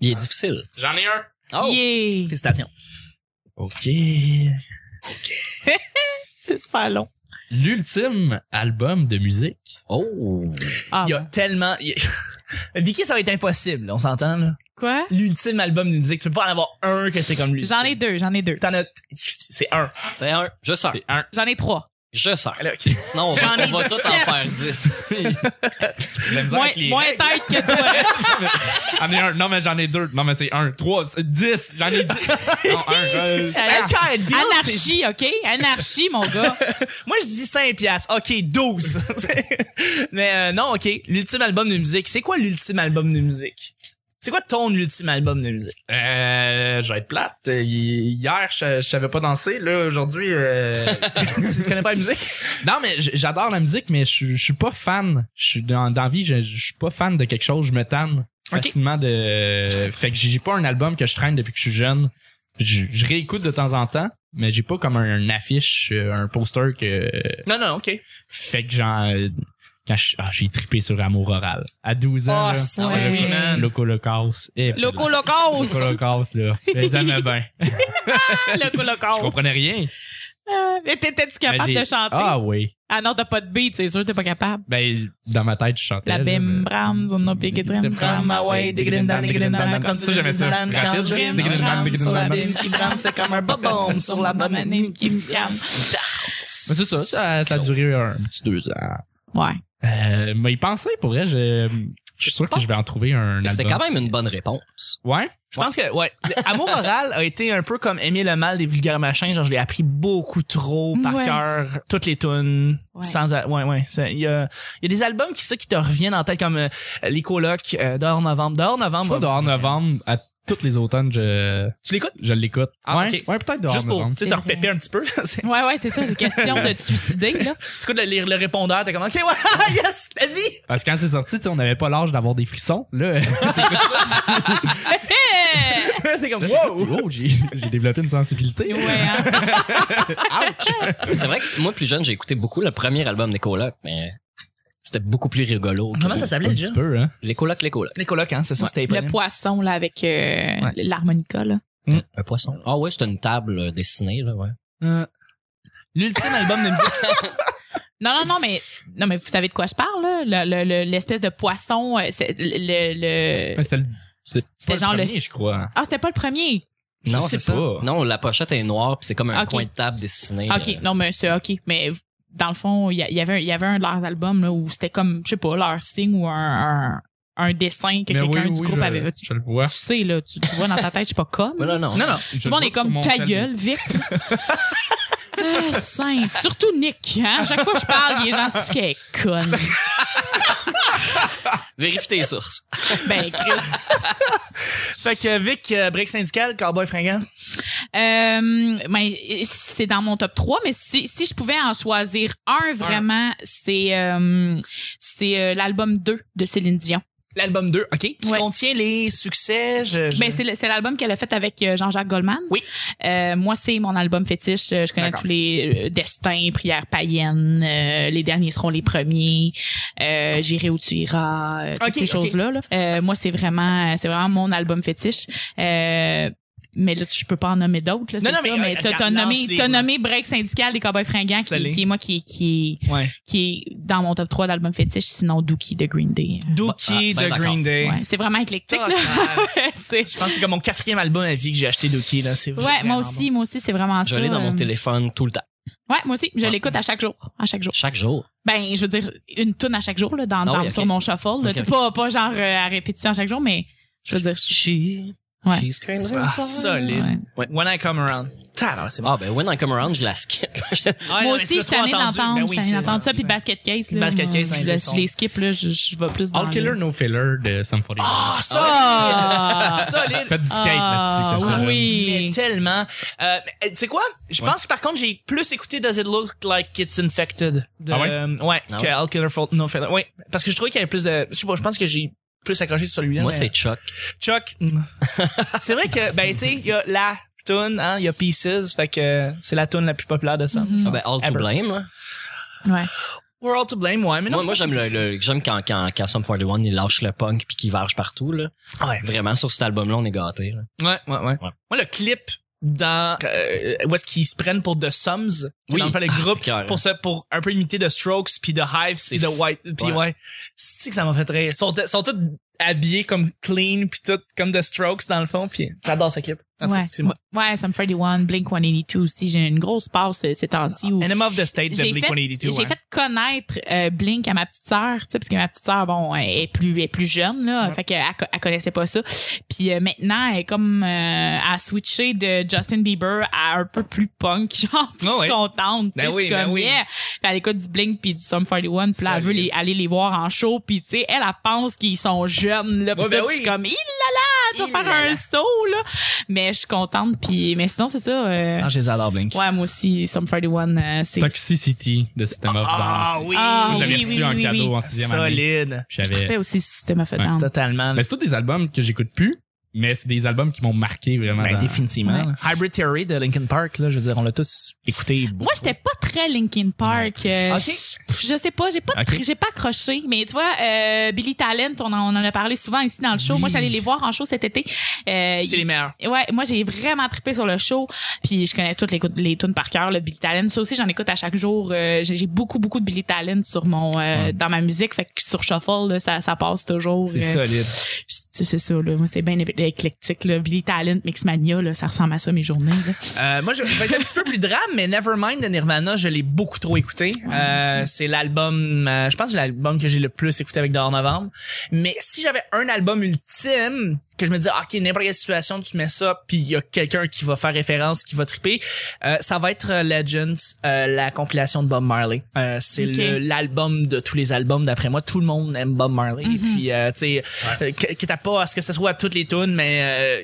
Speaker 3: Il est difficile.
Speaker 2: J'en ai un.
Speaker 3: Oh!
Speaker 4: Yeah!
Speaker 1: Félicitations.
Speaker 2: Ok.
Speaker 4: C'est super long.
Speaker 2: L'ultime album de musique.
Speaker 3: Oh!
Speaker 4: Ah,
Speaker 1: Il y a tellement. il y a- Vicky, ça va être impossible, on s'entend, là.
Speaker 4: Quoi?
Speaker 1: L'ultime album de musique, tu peux pas en avoir un que c'est comme lui.
Speaker 4: J'en ai Euh, deux, j'en ai deux.
Speaker 1: T'en as. C'est un.
Speaker 3: C'est un. Je sors.
Speaker 2: C'est un.
Speaker 4: J'en ai trois.
Speaker 3: Je sors.
Speaker 1: Là, ok.
Speaker 3: Sinon, on va,
Speaker 1: J'en ai
Speaker 3: on va tout
Speaker 1: sept.
Speaker 3: en faire 10.
Speaker 2: La misère
Speaker 4: Moins,
Speaker 2: avec les
Speaker 4: moins
Speaker 2: règles.
Speaker 4: tête que toi.
Speaker 2: J'en ai un. Non, mais j'en ai deux. Non, mais c'est un. Trois. c'est Dix. J'en ai dix. non, un. euh,
Speaker 1: Hey, quand elle dit, c'est-
Speaker 4: Anarchie, OK? Anarchie, mon gars.
Speaker 1: Moi, je dis 5 piastres. OK, 12. Mais euh, non, OK. L'ultime album de musique. C'est quoi l'ultime album de musique? C'est quoi ton ultime album de musique?
Speaker 2: Euh, je vais être plate. Euh, hi- Hier, je, je savais pas danser. Là, aujourd'hui. euh,
Speaker 1: tu connais pas la musique?
Speaker 2: non, mais j- j'adore la musique, mais je, je suis pas fan. Je suis dans, dans la vie, je, je suis pas fan de quelque chose. Je me tanne
Speaker 1: Ok.
Speaker 2: facilement de. Fait que j'ai pas un album que je traîne depuis que je suis jeune. Je, je réécoute de temps en temps, mais j'ai pas comme un, un affiche, euh, un poster que.
Speaker 1: Non, non, OK.
Speaker 2: Fait que j'en. euh, Quand je- ah, j'ai trippé sur Amour Oral. À 12 ans,
Speaker 1: Ah,
Speaker 2: là,
Speaker 1: c'est
Speaker 2: c'est
Speaker 4: oui,
Speaker 2: le-
Speaker 1: man.
Speaker 2: Loco Locos. Eh,
Speaker 4: Loco
Speaker 2: Loco
Speaker 4: Locos! Ah,
Speaker 2: Locos, là. Je les aimais bien.
Speaker 4: Loco
Speaker 2: Je comprenais rien.
Speaker 4: Ah, mais t'étais-tu capable
Speaker 2: Ben, j'ai-
Speaker 4: de chanter? Ah,
Speaker 2: Ah oui.
Speaker 4: non, t'as pas de beat, c'est sûr, t'es pas capable.
Speaker 2: Ben, dans ma tête, je chantais.
Speaker 4: La
Speaker 2: là,
Speaker 4: bim
Speaker 2: mais-
Speaker 4: bram, zon no pique drim bram. ah
Speaker 1: ma way, digridam, digridam, comme ça, j'aimais ça.
Speaker 4: Quand
Speaker 1: Rapide,
Speaker 4: je rime,
Speaker 1: digridam,
Speaker 4: je rame
Speaker 2: digridam,
Speaker 1: sur la
Speaker 2: digridam.
Speaker 1: bine qui brame, c'est comme un bobombe sur la banane qui me calme.
Speaker 2: Mais c'est ça, ça, ça a duré un petit deux ans.
Speaker 4: Ouais.
Speaker 2: Euh, mais y penser, pour vrai, je, je suis sûr que je vais en trouver un
Speaker 3: C'était
Speaker 2: album.
Speaker 3: quand même une bonne réponse.
Speaker 2: Ouais?
Speaker 1: Je pense que, ouais. Amour oral a été un peu comme Aimer le mal des vulgaires machins. Genre, je l'ai appris beaucoup trop par
Speaker 4: Ouais.
Speaker 1: cœur. Toutes les tunes.
Speaker 4: Ouais.
Speaker 1: Sans, a- ouais, ouais. c'est- Il y a, il y a des albums qui, ça, qui te reviennent en tête comme euh, Les colocs, euh, Dehors Novembre. Dehors
Speaker 2: Je
Speaker 1: Novembre.
Speaker 2: crois dehors novembre, à tous les automnes, je,
Speaker 1: Tu l'écoutes?
Speaker 2: je l'écoute.
Speaker 1: Ah,
Speaker 2: ouais,
Speaker 1: ok.
Speaker 2: ouais peut-être dehors
Speaker 1: Juste pour,
Speaker 2: novembre.
Speaker 1: tu sais, te repéper un petit peu. C'est-
Speaker 4: Ouais, ouais, c'est ça, une question de te suicider, là.
Speaker 1: tu écoutes le, le- le répondeur, t'es comme, OK, ouais, yes, la vie!
Speaker 2: Parce que quand c'est sorti, tu sais, on n'avait pas l'âge d'avoir des frissons. Là,
Speaker 4: Hey!
Speaker 1: c'est comme, wow!
Speaker 2: wow, j'ai j'ai développé une sensibilité.
Speaker 4: Ouais, hein.
Speaker 3: C'est vrai que moi, plus jeune, j'ai écouté beaucoup le premier album des Colocs, mais c'était beaucoup plus rigolo. que-
Speaker 1: Comment ça
Speaker 2: Un
Speaker 1: s'appelait déjà?
Speaker 2: petit peu, hein.
Speaker 3: Les Colocs, les Colocs.
Speaker 1: Les colocs, hein, c'est ça, c'était
Speaker 4: Le
Speaker 1: éponyme.
Speaker 4: poisson, là, avec euh, l'harmonica, là.
Speaker 3: Un poisson. Ah ouais, c'était une table euh, dessinée, là, ouais.
Speaker 1: Euh, L'ultime album de musique.
Speaker 4: Non, non, non, mais, non, mais vous savez de quoi je parle, là? Le- le- le- L'espèce de poisson, euh, c'est le. le-
Speaker 2: Mais C'était le- Euh, c'est pas
Speaker 4: C'était Euh, genre le-
Speaker 2: premier, je crois.
Speaker 4: Ah, c'était pas le premier.
Speaker 2: Je
Speaker 3: non,
Speaker 2: sais
Speaker 3: c'est ça.
Speaker 2: pas.
Speaker 3: Non, la pochette est noire, puis c'est comme un
Speaker 4: Ok.
Speaker 3: coin de table dessiné.
Speaker 4: OK,
Speaker 3: euh,
Speaker 4: non, mais c'est OK. Mais dans le fond, il y, a- il y avait un- il y avait un de leurs albums là, où c'était comme, je sais pas, leur signe ou un, un, un dessin que
Speaker 2: Mais
Speaker 4: quelqu'un
Speaker 2: oui,
Speaker 4: du
Speaker 2: oui,
Speaker 4: groupe
Speaker 2: je-
Speaker 4: avait. Tu,
Speaker 2: Je le vois.
Speaker 4: tu sais, là, tu, tu vois dans ta tête, je suis pas conne.
Speaker 3: ouais, non, non.
Speaker 1: Non, non.
Speaker 4: Tout le monde est comme ta gueule, Vic. ah, sainte. Surtout Nick, hein? Chaque fois que je parle, il est genre, c'est qu'elle est conne.
Speaker 3: Vérifie tes sources.
Speaker 4: Ben, Chris.
Speaker 1: Fait que Vic, euh, break syndical, cowboy fringant.
Speaker 4: Euh, ben, c'est dans mon top 3, mais si, si je pouvais en choisir un vraiment, c'est euh, c'est euh, l'album 2 de Céline Dion.
Speaker 1: L'album 2, OK. Qui
Speaker 4: Ouais.
Speaker 1: contient les succès. Je, je-
Speaker 4: Ben, c'est le- c'est l'album qu'elle a fait avec euh, Jean-Jacques Goldman.
Speaker 1: Oui.
Speaker 4: Euh, moi, c'est mon album fétiche. Euh, Je connais
Speaker 1: D'accord.
Speaker 4: tous les euh, destins, prières païennes. euh, les derniers seront les premiers. Euh, J'irai où tu iras. euh, toutes
Speaker 1: Ok,
Speaker 4: ces
Speaker 1: ok.
Speaker 4: choses-là. là. Euh, moi, c'est vraiment, c'est vraiment mon album fétiche. Euh, mais là, tu- je peux pas en nommer d'autres. là,
Speaker 1: Non,
Speaker 4: c'est
Speaker 1: non,
Speaker 4: ça,
Speaker 1: mais, euh,
Speaker 4: t'as- t'as
Speaker 1: regarde,
Speaker 4: nommé,
Speaker 1: lance-les,
Speaker 4: t'as
Speaker 1: ouais.
Speaker 4: nommé Break Syndical des Cowboys Fringants,
Speaker 1: Ça l'est.
Speaker 4: qui, qui est moi qui, qui,
Speaker 1: Ouais.
Speaker 4: qui est dans mon top 3 d'album fétiche, sinon Dookie de Green Day.
Speaker 1: Dookie
Speaker 3: Bah, ah, ben
Speaker 1: de Green Day.
Speaker 4: Ouais, c'est vraiment éclectique.
Speaker 1: Total.
Speaker 4: Là. C'est-
Speaker 1: Je pense que c'est comme mon quatrième album à vie que j'ai acheté Dookie. Là. C'est
Speaker 4: Ouais,
Speaker 1: vraiment
Speaker 4: moi aussi, moi aussi, c'est vraiment
Speaker 3: Je
Speaker 4: ça.
Speaker 3: l'ai dans mon
Speaker 4: euh.
Speaker 3: téléphone tout le temps.
Speaker 4: Ouais, moi aussi, je
Speaker 3: Ouais.
Speaker 4: l'écoute à chaque jour, à chaque jour.
Speaker 3: Chaque jour.
Speaker 4: Ben, je veux dire une tune à chaque jour là, dans,
Speaker 3: Ah
Speaker 4: dans-
Speaker 3: oui, ok.
Speaker 4: sur mon shuffle, là.
Speaker 3: Ok,
Speaker 4: T'es
Speaker 3: ok.
Speaker 4: pas pas genre euh, à répétition à chaque jour, mais je veux dire je-
Speaker 3: She,
Speaker 4: Ouais.
Speaker 3: she screams
Speaker 1: Ah,
Speaker 3: inside.
Speaker 1: solide.
Speaker 4: ouais.
Speaker 1: bon. When I Come Around. Tar, c'est bon.
Speaker 3: Ah, ben, When I Come Around, je la skip.
Speaker 1: Ah, non,
Speaker 4: Moi
Speaker 1: mais
Speaker 4: aussi,
Speaker 1: tu
Speaker 4: je
Speaker 1: l'as
Speaker 4: suis
Speaker 1: trop
Speaker 4: tannée
Speaker 1: entendu.
Speaker 4: d'entendre,
Speaker 1: Ben
Speaker 4: je
Speaker 1: oui,
Speaker 4: suis tannée
Speaker 1: c'est-
Speaker 4: d'entendre ça puis basket case là.
Speaker 1: Basket
Speaker 4: moi,
Speaker 1: Case, hein,
Speaker 4: je, le-
Speaker 1: ils sont-
Speaker 4: je les skip là, je, je vais plus dans
Speaker 2: All Killer
Speaker 4: le-
Speaker 2: No Filler de Sam 41.
Speaker 1: Ah, solide!
Speaker 4: Ah!
Speaker 1: Solide!
Speaker 2: Faites du skate là-dessus.
Speaker 4: Ah,
Speaker 2: hein. quand ça
Speaker 1: Mais
Speaker 4: oui.
Speaker 1: tellement. Euh, mais, tu sais quoi? Je pense que par contre, j'ai plus écouté Does It Look Like It's Infected de,
Speaker 2: Ah ouais?
Speaker 1: euh, ouais,
Speaker 3: Ah
Speaker 1: que
Speaker 3: ouais?
Speaker 1: All Killer Fault No Failure. Ouais, parce que je trouvais qu'il y avait plus de. Je sais pas, je pense que j'ai plus accroché sur celui-là.
Speaker 3: Moi,
Speaker 1: mais-
Speaker 3: c'est Chuck.
Speaker 1: Chuck. mm. c'est vrai que, ben, tu sais, il y a la tune, hein, il y a Pieces, fait que c'est la tune la plus populaire de ça.
Speaker 4: Mhm.
Speaker 1: je
Speaker 3: Ah,
Speaker 1: pense,
Speaker 3: ben, All to
Speaker 1: ever.
Speaker 3: Blame, là.
Speaker 4: Ouais.
Speaker 1: We're all to blame, ouais. Mais non,
Speaker 3: moi,
Speaker 1: je
Speaker 3: moi
Speaker 1: pense
Speaker 3: j'aime
Speaker 1: que
Speaker 3: le,
Speaker 1: c'est-
Speaker 3: le- j'aime quand, quand, quand Sum 41, il lâche le punk puis qu'il varge partout, là.
Speaker 1: Ouais.
Speaker 3: Vraiment, sur cet album-là, on est gâtés, là.
Speaker 1: Ouais, ouais, ouais. Moi, le clip dans euh, où est-ce qu'ils se prennent pour The Sums
Speaker 3: Oui.
Speaker 1: dans le, fond, le
Speaker 3: Ah,
Speaker 1: groupe
Speaker 3: c'est clair.
Speaker 1: pour ça pour un peu imiter The Strokes puis The Hives puis
Speaker 3: C'est
Speaker 1: The White puis ouais,
Speaker 3: ouais.
Speaker 1: c'est que ça m'a fait rire ils sont, sont tous habillés comme clean puis tout comme The Strokes dans le fond puis j'adore ce clip En tout cas,
Speaker 4: Ouais.
Speaker 1: c'est moi
Speaker 4: Ouais, Sum 41, Blink 182 aussi, j'ai une grosse passe euh, ces temps-ci
Speaker 3: Ah,
Speaker 4: où
Speaker 1: Enema of the State de
Speaker 4: j'ai fait,
Speaker 1: Blink-182
Speaker 4: j'ai
Speaker 1: ouais.
Speaker 4: fait connaître euh, Blink à ma petite sœur, tu sais, parce que ma petite sœur, bon, elle est plus, elle est plus jeune là,
Speaker 1: Ouais.
Speaker 4: fait qu'elle co- elle connaissait pas ça. Puis euh, maintenant, elle est comme euh, à switcher de Justin Bieber à un peu plus punk, genre. puis
Speaker 1: Ah
Speaker 4: Je
Speaker 1: ouais.
Speaker 4: suis contente, tu sais,
Speaker 1: Ben
Speaker 4: je suis
Speaker 1: oui, ben
Speaker 4: comme
Speaker 1: oui.
Speaker 4: yeah. Puis elle écoute du Blink puis du Sum 41, puis là, elle veut
Speaker 1: Solide.
Speaker 4: les, aller les voir en show, puis tu sais, elle, elle pense qu'ils sont jeunes là, puis
Speaker 1: Ouais, ben
Speaker 4: tout, je suis
Speaker 1: oui.
Speaker 4: comme il là là, tu vas
Speaker 1: Il
Speaker 4: faire
Speaker 1: là
Speaker 4: un
Speaker 1: là.
Speaker 4: saut là. Mais je suis contente, puis mais sinon c'est ça. euh,
Speaker 1: ah je les adore Blink
Speaker 4: ouais, moi aussi, Sum 41, euh, c'est
Speaker 2: joue. Toxicity de System of
Speaker 1: ah
Speaker 2: Down.
Speaker 1: oui
Speaker 4: Ah,
Speaker 2: Je l'avais
Speaker 4: oui,
Speaker 2: reçu
Speaker 4: oui,
Speaker 2: en
Speaker 4: oui,
Speaker 2: cadeau
Speaker 4: oui.
Speaker 2: en sixième année. Ben,
Speaker 1: solide
Speaker 2: Puis
Speaker 4: Je
Speaker 2: j'avais-
Speaker 4: trippais aussi sur System of a
Speaker 2: Ouais.
Speaker 4: Down.
Speaker 1: totalement
Speaker 2: Mais c'est tous des albums que j'écoute plus, Mais c'est des albums qui m'ont marqué vraiment.
Speaker 1: Ben,
Speaker 2: dans-
Speaker 1: définitivement.
Speaker 4: Ouais.
Speaker 1: Hybrid Theory de Linkin Park, là, je veux dire, on l'a tous écouté.
Speaker 4: Moi, j'étais pas très Linkin Park. euh,
Speaker 1: Ok.
Speaker 4: je, je sais pas, j'ai pas,
Speaker 1: Ok.
Speaker 4: tr- j'ai pas accroché. Mais tu vois, euh, Billy Talent, on en, on en a parlé souvent ici dans le show. Moi, j'allais les voir en show cet été. Euh,
Speaker 1: C'est
Speaker 4: il-
Speaker 1: les meilleurs.
Speaker 4: Ouais, moi j'ai vraiment trippé sur le show, puis je connais toutes les, cou- les tunes par cœur, le Billy Talent, ça aussi j'en écoute à chaque jour, Euh, j'ai j'ai beaucoup beaucoup de Billy Talent sur mon euh, dans ma musique, fait que sur shuffle là, ça ça passe toujours.
Speaker 2: C'est
Speaker 4: Euh,
Speaker 2: solide.
Speaker 4: C'est c'est ça là, moi c'est bien é- éclectique là, Billy Talent, Mixmania là, ça ressemble à ça mes journées. là.
Speaker 1: Euh, moi, je vais être un petit peu plus drame, mais Nevermind de Nirvana, je l'ai beaucoup trop écouté. Euh, c'est l'album, euh, je pense que c'est l'album que j'ai le plus écouté avec Dehors Novembre. Mais si j'avais un album ultime, que je me dis, OK, n'importe quelle situation, tu mets ça, puis il y a quelqu'un qui va faire référence, qui va triper, euh, ça va être euh, Legends, euh, la compilation de Bob Marley. Euh, c'est
Speaker 4: Ok.
Speaker 1: le- l'album de tous les albums, d'après moi. Tout le monde aime Bob Marley. Et Puis, euh, tu sais, euh, que- quitte à pas à ce que ce soit à toutes les tunes, mais... euh,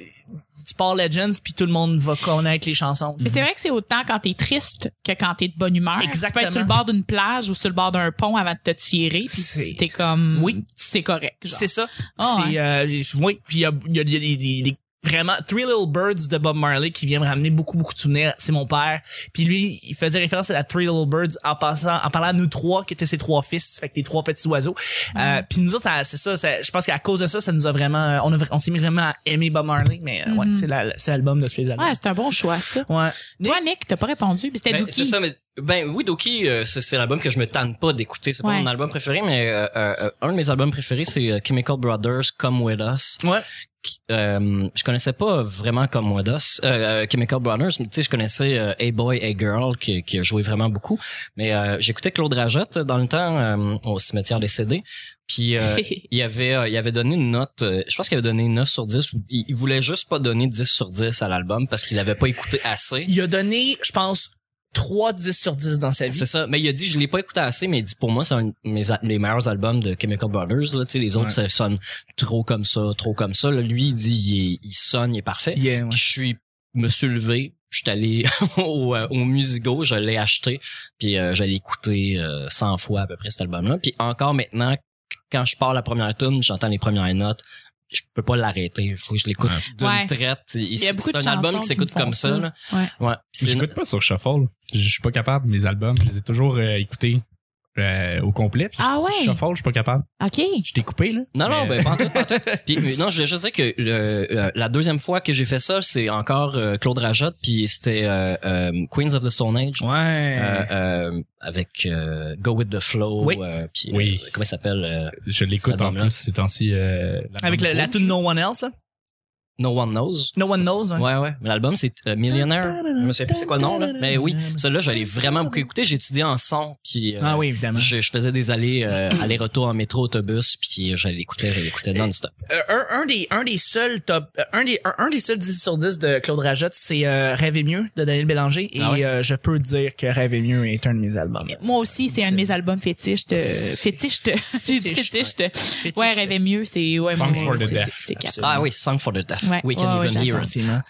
Speaker 1: tu pars Legends puis tout le monde va connaître les chansons.
Speaker 4: Mais c'est vrai que c'est autant quand t'es triste que quand t'es de bonne humeur. Tu peux
Speaker 1: Exactement.
Speaker 4: être sur le bord d'une plage ou sur le bord d'un pont avant de te tirer,
Speaker 1: C'est-
Speaker 4: puis t'es comme
Speaker 1: oui.
Speaker 4: c'est correct. genre.
Speaker 1: C'est ça.
Speaker 4: Ah,
Speaker 1: c'est euh, oui, puis il y a, il y a- il y a des- des- des- vraiment Three Little Birds de Bob Marley qui vient me ramener beaucoup beaucoup de souvenirs, c'est mon père. Puis lui, il faisait référence à la Three Little Birds en passant en parlant à nous trois qui étaient ses trois fils, fait que les trois petits oiseaux. Euh, puis nous autres ça- c'est ça, ça- je pense qu'à cause de ça, ça nous a vraiment euh, on a vra- on s'est mis vraiment à aimer Bob Marley, mais euh, ouais, c'est la- c'est l'album de tous les albums.
Speaker 4: Mm-hmm. Ouais, c'est un bon choix ça.
Speaker 1: Ouais.
Speaker 4: Toi Nick, t'as pas répondu, puis c'était
Speaker 3: Ben,
Speaker 4: Dookie.
Speaker 3: c'est ça, mais ben oui, Doki, euh, c'est c'est l'album que je me tanne pas d'écouter. C'est pas
Speaker 4: Ouais.
Speaker 3: mon album préféré, mais euh, euh, euh, un de mes albums préférés, c'est euh, Chemical Brothers, Come With Us.
Speaker 1: Ouais.
Speaker 3: Qui- euh, je connaissais pas vraiment Come With Us, euh, euh, Chemical Brothers, mais tu sais, je connaissais euh, Hey Boy, Hey Girl, qui, qui a joué vraiment beaucoup. Mais euh, j'écoutais Claude Rajotte dans le temps euh, au cimetière des CD. Puis euh, il avait euh, il avait donné une note euh, je pense qu'il avait donné 9 sur 10 ou- il, il voulait juste pas donner 10 sur 10 à l'album parce qu'il avait pas écouté assez
Speaker 1: Il a donné, je pense 3 10 sur 10 dans sa vie.
Speaker 3: c'est Ah, ça mais il a dit je l'ai pas écouté assez mais il dit pour moi c'est un de mes a- les meilleurs albums de Chemical Brothers là tu sais les autres ça sonne trop comme ça trop comme ça là, lui il dit il, est- il sonne il est parfait
Speaker 1: Yeah, ouais.
Speaker 3: Puis je suis me suis levé je suis allé au, euh, au Musigo, je l'ai acheté, puis euh, je l'ai écouté euh, 100 fois à peu près cet album-là. Puis encore maintenant, quand je pars la première tune, j'entends les premières notes, je peux pas l'arrêter, il faut que je l'écoute d'une
Speaker 4: Ouais.
Speaker 3: traite. Il-
Speaker 4: y a beaucoup
Speaker 3: C'est
Speaker 4: de
Speaker 3: un
Speaker 4: chansons
Speaker 3: album qui
Speaker 4: qui
Speaker 3: s'écoute
Speaker 4: me font
Speaker 3: comme ça.
Speaker 4: ça.
Speaker 3: là.
Speaker 4: Ouais.
Speaker 3: Ouais.
Speaker 2: Mais
Speaker 3: C'est une-
Speaker 2: J'écoute pas sur Shuffle. Je je suis pas capable. Mes albums, je les ai toujours euh, écoutés euh, au complet. Puis
Speaker 4: Ah ouais?
Speaker 2: Shuffle, je suis pas capable.
Speaker 4: OK.
Speaker 2: Je t'ai coupé, là.
Speaker 3: Non, non,
Speaker 2: Mais-
Speaker 3: ben, pas en tout, pas en tout. Puis, mais non, je voulais juste dire que le- euh, la deuxième fois que j'ai fait ça, c'est encore euh, Claude Rajotte, puis c'était euh, euh, Queens of the Stone Age.
Speaker 1: Ouais.
Speaker 3: Euh, euh, avec euh, Go With The Flow,
Speaker 1: Oui.
Speaker 3: euh, puis,
Speaker 2: Oui.
Speaker 3: euh, comment il s'appelle? euh,
Speaker 2: Je
Speaker 3: Cet
Speaker 2: l'écoute en
Speaker 3: album-là.
Speaker 2: plus ces temps-ci. euh,
Speaker 1: Avec la,
Speaker 3: Mmh.
Speaker 1: la tune No One Else, là.
Speaker 3: No One Knows.
Speaker 1: No One Knows. hein.
Speaker 3: Ouais, ouais. Mais L'album, c'est euh, Millionaire. Je me souviens plus c'est quoi le nom, là. Mais oui, celui-là, je l'ai vraiment beaucoup écouté. J'étudiais en son, puis euh,
Speaker 1: Ah oui, évidemment.
Speaker 3: je, je faisais des allers, euh, allers-retours en métro, autobus, puis je l'écoutais, je l'écoutais non-stop.
Speaker 1: Euh, un, un des un des seuls top euh, un des un, un des seuls 10 sur 10 de Claude Rajotte, c'est euh, Rêver mieux de Daniel Bélanger et
Speaker 3: Ah ouais?
Speaker 1: euh, je peux dire que Rêver mieux est un de mes albums.
Speaker 4: Moi aussi, c'est un de mes albums fétiches. De... Fétiches. de- J'ai dit
Speaker 1: Fétiche,
Speaker 4: fétiches. de- Ouais, rêvait mieux. C'est ouais,
Speaker 2: Songs
Speaker 4: mais
Speaker 2: for the
Speaker 4: c'est-
Speaker 2: Deaf.
Speaker 4: c'est- c'est capable.
Speaker 1: Absolument.
Speaker 3: Ah oui, Song for the Death.
Speaker 4: Ouais,
Speaker 3: We can
Speaker 4: ouais,
Speaker 3: even
Speaker 4: ouais,
Speaker 3: hear it.
Speaker 1: Définitivement.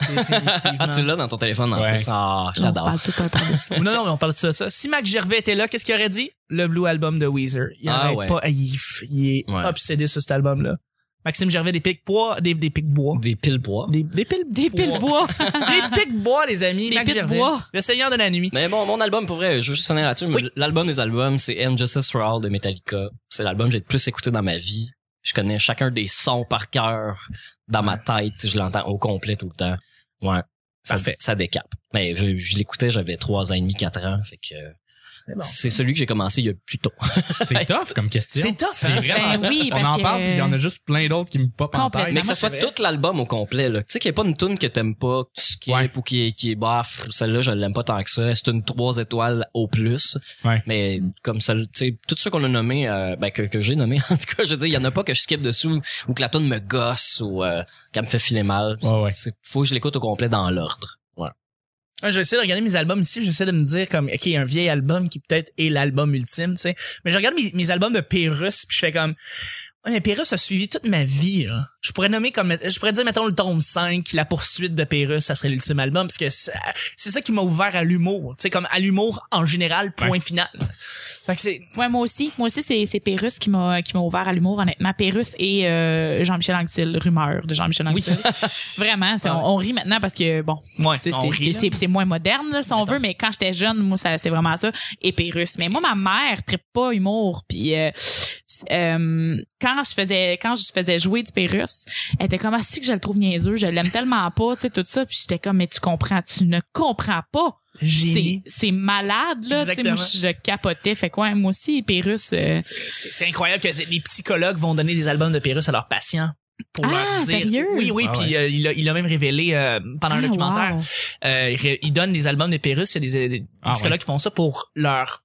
Speaker 3: Ah, tu
Speaker 1: Définitivement.
Speaker 3: l'as dans ton téléphone, en
Speaker 2: Ouais.
Speaker 3: plus. Ah, je
Speaker 4: On se
Speaker 3: l'adore.
Speaker 4: parle tout un peu de ça.
Speaker 1: non non, mais on parle de ça, ça. Si Mac Gervais était là, qu'est-ce qu'il aurait dit Le Blue Album de Weezer. Il
Speaker 3: Ah
Speaker 1: aurait
Speaker 3: ouais.
Speaker 1: pas il, il est
Speaker 3: Ouais.
Speaker 1: obsédé sur cet album là. Maxime Gervais des pics bois des des pics bois.
Speaker 3: Des piles bois.
Speaker 1: Des des pics
Speaker 4: Des piles bois.
Speaker 1: des pics bois les amis,
Speaker 4: Des
Speaker 1: Mac
Speaker 4: pics
Speaker 1: Gervais.
Speaker 4: bois.
Speaker 1: Le Seigneur de la nuit.
Speaker 3: Mais bon, mon album, pour vrai, je veux juste finir là-dessus, mais l'album des albums, c'est And Justice for All de Metallica. C'est l'album que j'ai le plus écouté dans ma vie. Je connais chacun des sons par cœur dans ma tête. Je l'entends au complet tout le temps. Ouais. Ça,
Speaker 1: Parfait.
Speaker 3: ça décape. Mais je, je l'écoutais, j'avais trois ans et demi, quatre ans. Fait que euh,
Speaker 1: C'est bon.
Speaker 3: c'est celui que j'ai commencé il y a plus tôt.
Speaker 2: C'est tough comme question.
Speaker 1: C'est tough.
Speaker 2: C'est
Speaker 1: hein?
Speaker 2: vraiment
Speaker 4: Ben oui,
Speaker 2: tough. On
Speaker 4: parce
Speaker 2: en
Speaker 4: que-
Speaker 2: parle, puis il y en a juste plein d'autres qui me popent en tête.
Speaker 4: Complètement.
Speaker 3: Mais que
Speaker 4: moi,
Speaker 3: ça soit
Speaker 1: c'est vrai.
Speaker 3: tout l'album au complet, là. Tu sais qu'il n'y a pas une tune que t'aimes pas, que tu skippes
Speaker 2: Ouais.
Speaker 3: ou qui est, qui est bof. Celle-là, je l'aime pas tant que ça. C'est une trois étoiles au plus.
Speaker 2: Ouais.
Speaker 3: Mais comme ça, tu sais, tout ce qu'on a nommé, euh, ben, que, que j'ai nommé, en tout cas, je veux dire, il y en a pas que je skip dessus ou- ou que la tune me gosse ou euh, qu'elle me fait filer mal.
Speaker 2: Ouais, ouais.
Speaker 3: C'est- Faut que je l'écoute au complet dans l'ordre. Ouais.
Speaker 1: Ouais, J'essaie de regarder mes albums ici, j'essaie de me dire comme OK, un vieil album qui peut-être est l'album ultime, tu sais. Mais je regarde mes, mes albums de Pérus puis je fais comme Ouais, mais Pérus a suivi toute ma vie. là. Je pourrais nommer comme je pourrais dire mettons le tome 5, la poursuite de Pérus, ça serait l'ultime album parce que ça- c'est ça qui m'a ouvert à l'humour, tu sais comme à l'humour en général point final. Fait que c'est
Speaker 4: Ouais, moi aussi. Moi aussi, c'est, c'est Pérus qui m'a, qui m'a ouvert à l'humour, honnêtement. Pérus et euh, Jean-Michel Anctil, rumeur de Jean-Michel Anctil. Vraiment, c'est- on, on rit maintenant parce que, bon,
Speaker 1: Ouais,
Speaker 4: c'est,
Speaker 1: on
Speaker 4: c'est-
Speaker 1: rit, là.
Speaker 4: c'est- c'est- c'est moins moderne, là, si on veut, mais quand j'étais jeune, moi, ça, c'est vraiment ça. Et Pérus. Mais moi, ma mère trippe pas humour. Puis euh, c'est- euh, quand je faisais quand je faisais jouer du Pérus, elle était comme, ah, si que je le trouve niaiseux, je l'aime tellement pas, tu sais, tout ça. Puis j'étais comme, mais tu comprends, tu ne comprends pas c'est
Speaker 1: génie.
Speaker 4: c'est malade là tu sais moi
Speaker 1: Exactement.
Speaker 4: je je capotais fait quoi moi aussi Pérus euh,
Speaker 1: C'est c'est incroyable que les psychologues vont donner des albums de Pérus à leurs patients pour
Speaker 4: Ah,
Speaker 1: leur dire
Speaker 4: sérieux?
Speaker 1: oui oui
Speaker 2: Ah
Speaker 1: puis
Speaker 2: ouais.
Speaker 1: euh, il a il a même révélé euh, pendant
Speaker 4: ah,
Speaker 1: le documentaire
Speaker 4: wow.
Speaker 1: Euh, il, il donne des albums de Pérus, il y a des, des
Speaker 2: Ah,
Speaker 1: psychologues qui font ça pour leur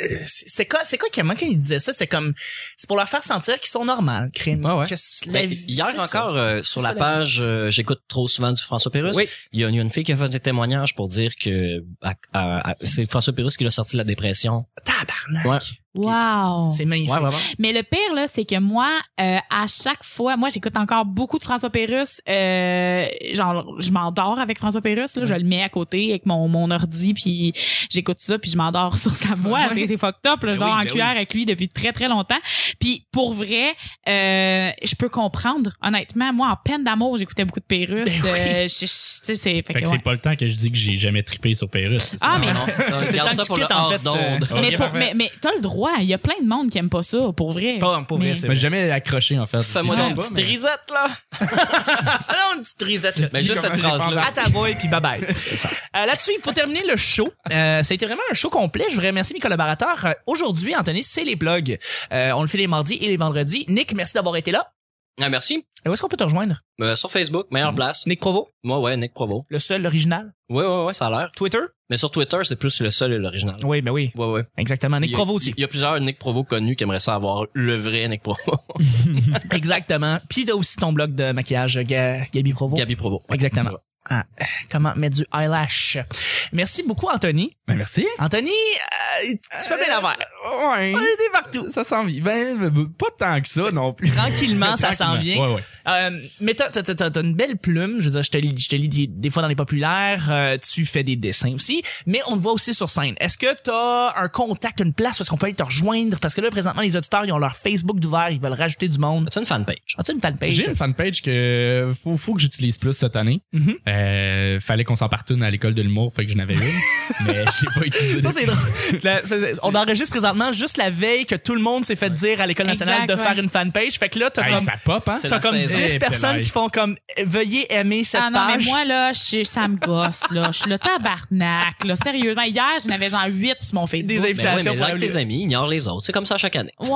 Speaker 1: Euh, c'est c'est quoi c'est quoi comment ils disaient ça c'est comme c'est pour leur faire sentir qu'ils sont normaux crime
Speaker 2: Ouais, ouais.
Speaker 1: Que c'est- la
Speaker 3: Ben,
Speaker 1: vie-
Speaker 3: hier
Speaker 1: c'est ça.
Speaker 3: encore, euh, sur
Speaker 1: C'est ça,
Speaker 3: la
Speaker 1: la
Speaker 3: page, euh, j'écoute trop souvent du François Pérus.
Speaker 2: Oui.
Speaker 3: Il y a une, une fille qui a fait des témoignages pour dire que à- à- à- c'est François Pérus qui l'a sorti de la dépression.
Speaker 1: tabarnak
Speaker 3: Ouais.
Speaker 4: Wow.
Speaker 1: c'est magnifique
Speaker 3: Ouais, vraiment.
Speaker 4: Mais le pire là, c'est que moi, euh, à chaque fois, moi j'écoute encore beaucoup de François Pérus. Euh, genre, je m'endors avec François Pérus. Là, je le mets à côté avec mon, mon ordi, puis j'écoute ça, puis je m'endors sur sa voix.
Speaker 1: Ouais.
Speaker 4: C'est- C'est fucked up. Là, je
Speaker 3: Ben
Speaker 4: dors
Speaker 3: oui,
Speaker 4: en
Speaker 3: ben
Speaker 4: cuillère avec lui depuis très très longtemps. Puis pour vrai, euh, je peux comprendre. Honnêtement, moi en peine d'amour, j'écoutais beaucoup de Pérus.
Speaker 1: Ben oui.
Speaker 4: Euh, je- je- tu sais, c'est fait
Speaker 2: Fait que
Speaker 4: que, ouais.
Speaker 2: c'est pas le temps que je dis que j'ai jamais trippé sur Pérus.
Speaker 4: Ah, mais-
Speaker 3: Non, non, c'est ça.
Speaker 1: C'est
Speaker 3: Garde
Speaker 1: tant
Speaker 3: ça
Speaker 1: que
Speaker 3: pour
Speaker 1: tu
Speaker 3: le
Speaker 1: quittes, en
Speaker 3: hors
Speaker 1: fait, euh. Ah
Speaker 3: d'onde.
Speaker 2: Ok,
Speaker 4: mais, pour-
Speaker 2: parfait.
Speaker 4: mais, mais t'as le droit. Il y a plein de monde qui aime pas ça, pour vrai.
Speaker 1: pas pour vrai
Speaker 4: Mais-
Speaker 1: c'est
Speaker 2: Mais
Speaker 1: vrai.
Speaker 2: j'ai jamais accroché, en fait.
Speaker 3: Fais-moi
Speaker 2: Je
Speaker 3: donc
Speaker 2: sais
Speaker 3: une
Speaker 2: pas,
Speaker 3: petite
Speaker 2: mais-
Speaker 3: risette, là.
Speaker 1: Ah non, une petite risette là.
Speaker 3: Mais juste cette
Speaker 2: comment-
Speaker 3: phrase-là.
Speaker 1: à ta boy puis bye bye. Euh, Là-dessus, il faut terminer le show. Euh, ça a été vraiment un show complet. Je voudrais remercier mes collaborateurs. Euh, Aujourd'hui, Anthony, c'est les blogs. Euh, on le fait les mardis et les vendredis. Nick, merci d'avoir été là.
Speaker 3: Ah, merci.
Speaker 1: Et où est-ce qu'on peut te rejoindre?
Speaker 3: Euh, sur Facebook,
Speaker 1: Mm.
Speaker 3: meilleure place.
Speaker 1: Nick Provo,
Speaker 3: Moi, ouais, Nick Provo.
Speaker 1: le seul, l'original.
Speaker 3: Ouais, ouais, ouais, ça a l'air.
Speaker 1: Twitter?
Speaker 3: Mais sur Twitter, c'est plus le seul et l'original.
Speaker 1: Oui, ben oui.
Speaker 3: Ouais, ouais.
Speaker 1: Exactement.
Speaker 3: Il
Speaker 1: Nick
Speaker 3: y a-
Speaker 1: Provo aussi.
Speaker 3: Il y a plusieurs Nick Provo connus qui aimeraient ça avoir le vrai Nick Provo.
Speaker 1: Exactement. Puis t'as aussi ton blog de maquillage, Ga- Gabi Provo.
Speaker 3: Gabi Provo. Ouais.
Speaker 1: Exactement. Ah, euh, comment mettre du eyelash. Merci beaucoup, Anthony.
Speaker 2: Ben, merci.
Speaker 1: Anthony, euh, tu fais bien l'affaire.
Speaker 2: Ouais.
Speaker 1: On était partout.
Speaker 2: Ça s'en vient. Ben, ben, pas tant que ça non plus.
Speaker 1: Tranquillement, ça s'en vient.
Speaker 2: Ouais, ouais.
Speaker 1: Euh, mais t'as, t'as- t'as- t'as une belle plume. Je veux dire, je te lis, je te lis des, des fois dans les populaires. euh, tu fais des dessins aussi. Mais on te voit aussi sur scène. Est-ce que t'as un contact, une place où est-ce qu'on peut aller te rejoindre? Parce que là, présentement, les auditeurs, ils ont leur Facebook d'ouvert. Ils veulent rajouter du monde.
Speaker 3: As-tu une fanpage?
Speaker 1: As-tu une fanpage?
Speaker 2: J'ai une fanpage que faut, faut que j'utilise plus cette année.
Speaker 1: Mhm.
Speaker 2: Euh, fallait qu'on s'en parte une à l'école de l'humour, fait que j'en avais une, mais je l'ai pas utilisée.
Speaker 1: Ça, c'est drôle. La- ça, c'est- on enregistre présentement juste la veille que tout le monde s'est fait dire à l'École nationale
Speaker 4: Exact,
Speaker 1: de faire
Speaker 4: ouais.
Speaker 1: une fanpage. Fait que là, t'as
Speaker 2: Hey,
Speaker 1: comme,
Speaker 2: ça pop, hein?
Speaker 3: C'est
Speaker 1: t'as
Speaker 3: la
Speaker 1: comme
Speaker 3: saison.
Speaker 1: 10
Speaker 2: Eh,
Speaker 1: personnes
Speaker 2: pelle.
Speaker 1: qui font comme veuillez aimer cette
Speaker 4: Ah non,
Speaker 1: page.
Speaker 4: mais moi, là, je- ça me gosse, là. Je suis le tabarnak, là. Sérieusement, hier, j'en avais genre 8 sur mon Facebook.
Speaker 1: Des
Speaker 3: Mais Ben ouais,
Speaker 1: invitations
Speaker 3: mais
Speaker 1: pour
Speaker 3: like
Speaker 1: la-
Speaker 3: tes amis, ignore les autres. C'est comme ça chaque année.
Speaker 4: Ouais,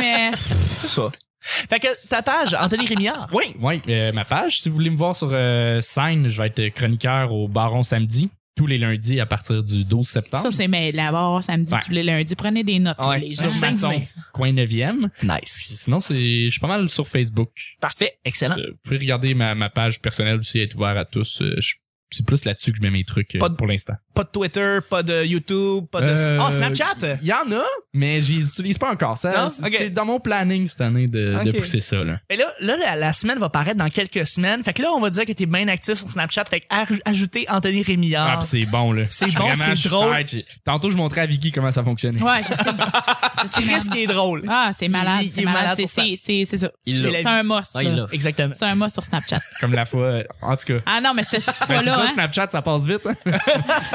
Speaker 4: mais.
Speaker 1: C'est ça. Fait que ta page, Anthony Rémillard.
Speaker 2: Oui, oui, euh, ma page. Si vous voulez me voir sur euh, scène, je vais être chroniqueur au Baron samedi, tous les lundis à partir du 12 septembre.
Speaker 4: Ça, c'est mais là-bas, samedi,
Speaker 2: Ouais.
Speaker 4: tous les lundis. Prenez des notes,
Speaker 1: Ouais.
Speaker 4: les gens.
Speaker 2: sur
Speaker 1: Saint-
Speaker 2: Masson,
Speaker 1: Saint-Denis.
Speaker 2: coin 9e.
Speaker 1: Nice.
Speaker 2: Puis sinon, c'est, je suis pas mal sur Facebook.
Speaker 1: Parfait. Excellent.
Speaker 2: Euh, Vous pouvez regarder ma, ma page personnelle aussi, elle est ouverte à tous. Euh, je- c'est plus là-dessus que je mets mes trucs euh,
Speaker 1: Pas de-
Speaker 2: pour l'instant.
Speaker 1: Pas de Twitter, pas de YouTube, pas de.
Speaker 2: Euh,
Speaker 1: Oh, Snapchat!
Speaker 2: Il y en a, mais je les utilise pas encore. Ça,
Speaker 1: Non?
Speaker 2: c'est-
Speaker 1: Ok.
Speaker 2: C'est dans mon planning cette année de, de
Speaker 1: Ok.
Speaker 2: pousser ça. Là.
Speaker 1: Mais là, là la, la semaine va paraître dans quelques semaines. Fait que là, on va dire que t'es bien actif sur Snapchat. Fait que aj- ajoutez Anthony
Speaker 2: Ah,
Speaker 1: Rémillard.
Speaker 2: pis c'est bon, là.
Speaker 1: C'est bon,
Speaker 2: Vraiment,
Speaker 1: c'est
Speaker 2: je suis
Speaker 1: drôle.
Speaker 2: tight. J'ai- Tantôt, je montrais à Vicky comment ça fonctionnait.
Speaker 4: Ouais, je sais. Je sais,
Speaker 1: Qu'est-ce
Speaker 4: merde.
Speaker 1: qui est drôle?
Speaker 4: Ah, c'est malade.
Speaker 1: Il- il
Speaker 4: C'est
Speaker 1: est malade
Speaker 4: malade. C'est-
Speaker 1: sur ça.
Speaker 4: C'est c'est- c'est ça.
Speaker 3: Il l'a.
Speaker 4: C'est un must.
Speaker 3: Ah, il
Speaker 4: là.
Speaker 3: l'a.
Speaker 1: Exactement.
Speaker 4: C'est un must sur Snapchat.
Speaker 2: Comme la fois. euh, En tout cas.
Speaker 4: Ah non, mais c'était cette
Speaker 2: Ben, c'est
Speaker 4: fois-là,
Speaker 2: ça,
Speaker 4: hein.
Speaker 2: Snapchat, ça passe vite. hein.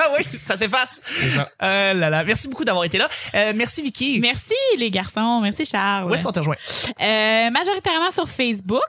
Speaker 1: Ah oui, ça s'efface.
Speaker 2: C'est ça.
Speaker 1: Euh, là, là. Merci beaucoup d'avoir été là. Euh, merci, Vicky.
Speaker 4: Merci, les garçons. Merci, Charles.
Speaker 1: Où est-ce qu'on te rejoint?
Speaker 4: Euh, majoritairement sur Facebook.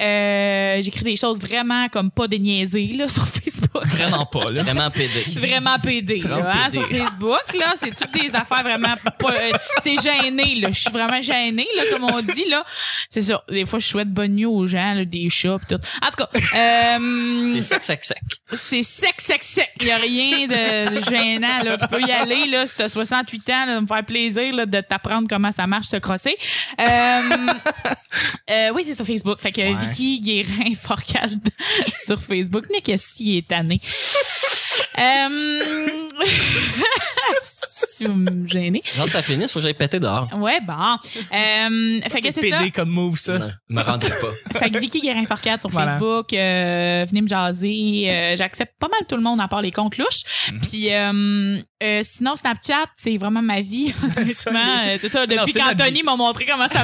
Speaker 4: Euh, J'écris des choses vraiment comme pas déniaisées là, sur Facebook.
Speaker 3: Vraiment pas, là. Vraiment pédé.
Speaker 4: Vraiment PD, là,
Speaker 3: Vraiment
Speaker 4: hein,
Speaker 3: PD.
Speaker 4: sur Facebook, là, c'est toutes des affaires vraiment pas, euh, c'est gêné, là. Je suis vraiment gênée, là, comme on dit, là. C'est ça. Des fois, je souhaite bonne nuit aux gens, là, des chats pis tout. En tout cas, euh,
Speaker 3: C'est sec, sec, sec.
Speaker 4: c'est sec, sec, sec. Il y a rien de gênant, là. Tu peux y aller, là, si t'as 68 ans, là, de me faire plaisir, là, de t'apprendre comment ça marche, se crosser. Euh, euh, oui, c'est sur Facebook. Fait que Vicky Guérin Forcade sur Facebook. Mais qu'est-ce qui est tanné? Euh, si vous me gênez.
Speaker 3: Genre, ça finisse, faut que j'aille péter dehors.
Speaker 4: Ouais, bon. Euh, fait que
Speaker 1: C'est
Speaker 4: c'est ça.
Speaker 1: pédé comme move, ça.
Speaker 3: Non, me rendez pas.
Speaker 4: Fait que Vicky guérin forcade sur
Speaker 1: Voilà.
Speaker 4: Facebook, euh, venez me jaser. euh, J'accepte pas mal tout le monde à part les comptes louches.
Speaker 1: Mhm.
Speaker 4: Puis euh, euh, sinon, Snapchat, c'est vraiment ma vie, honnêtement. Euh, C'est ça, depuis
Speaker 1: c'est notre
Speaker 4: qu'Anthony m'a montré comment ça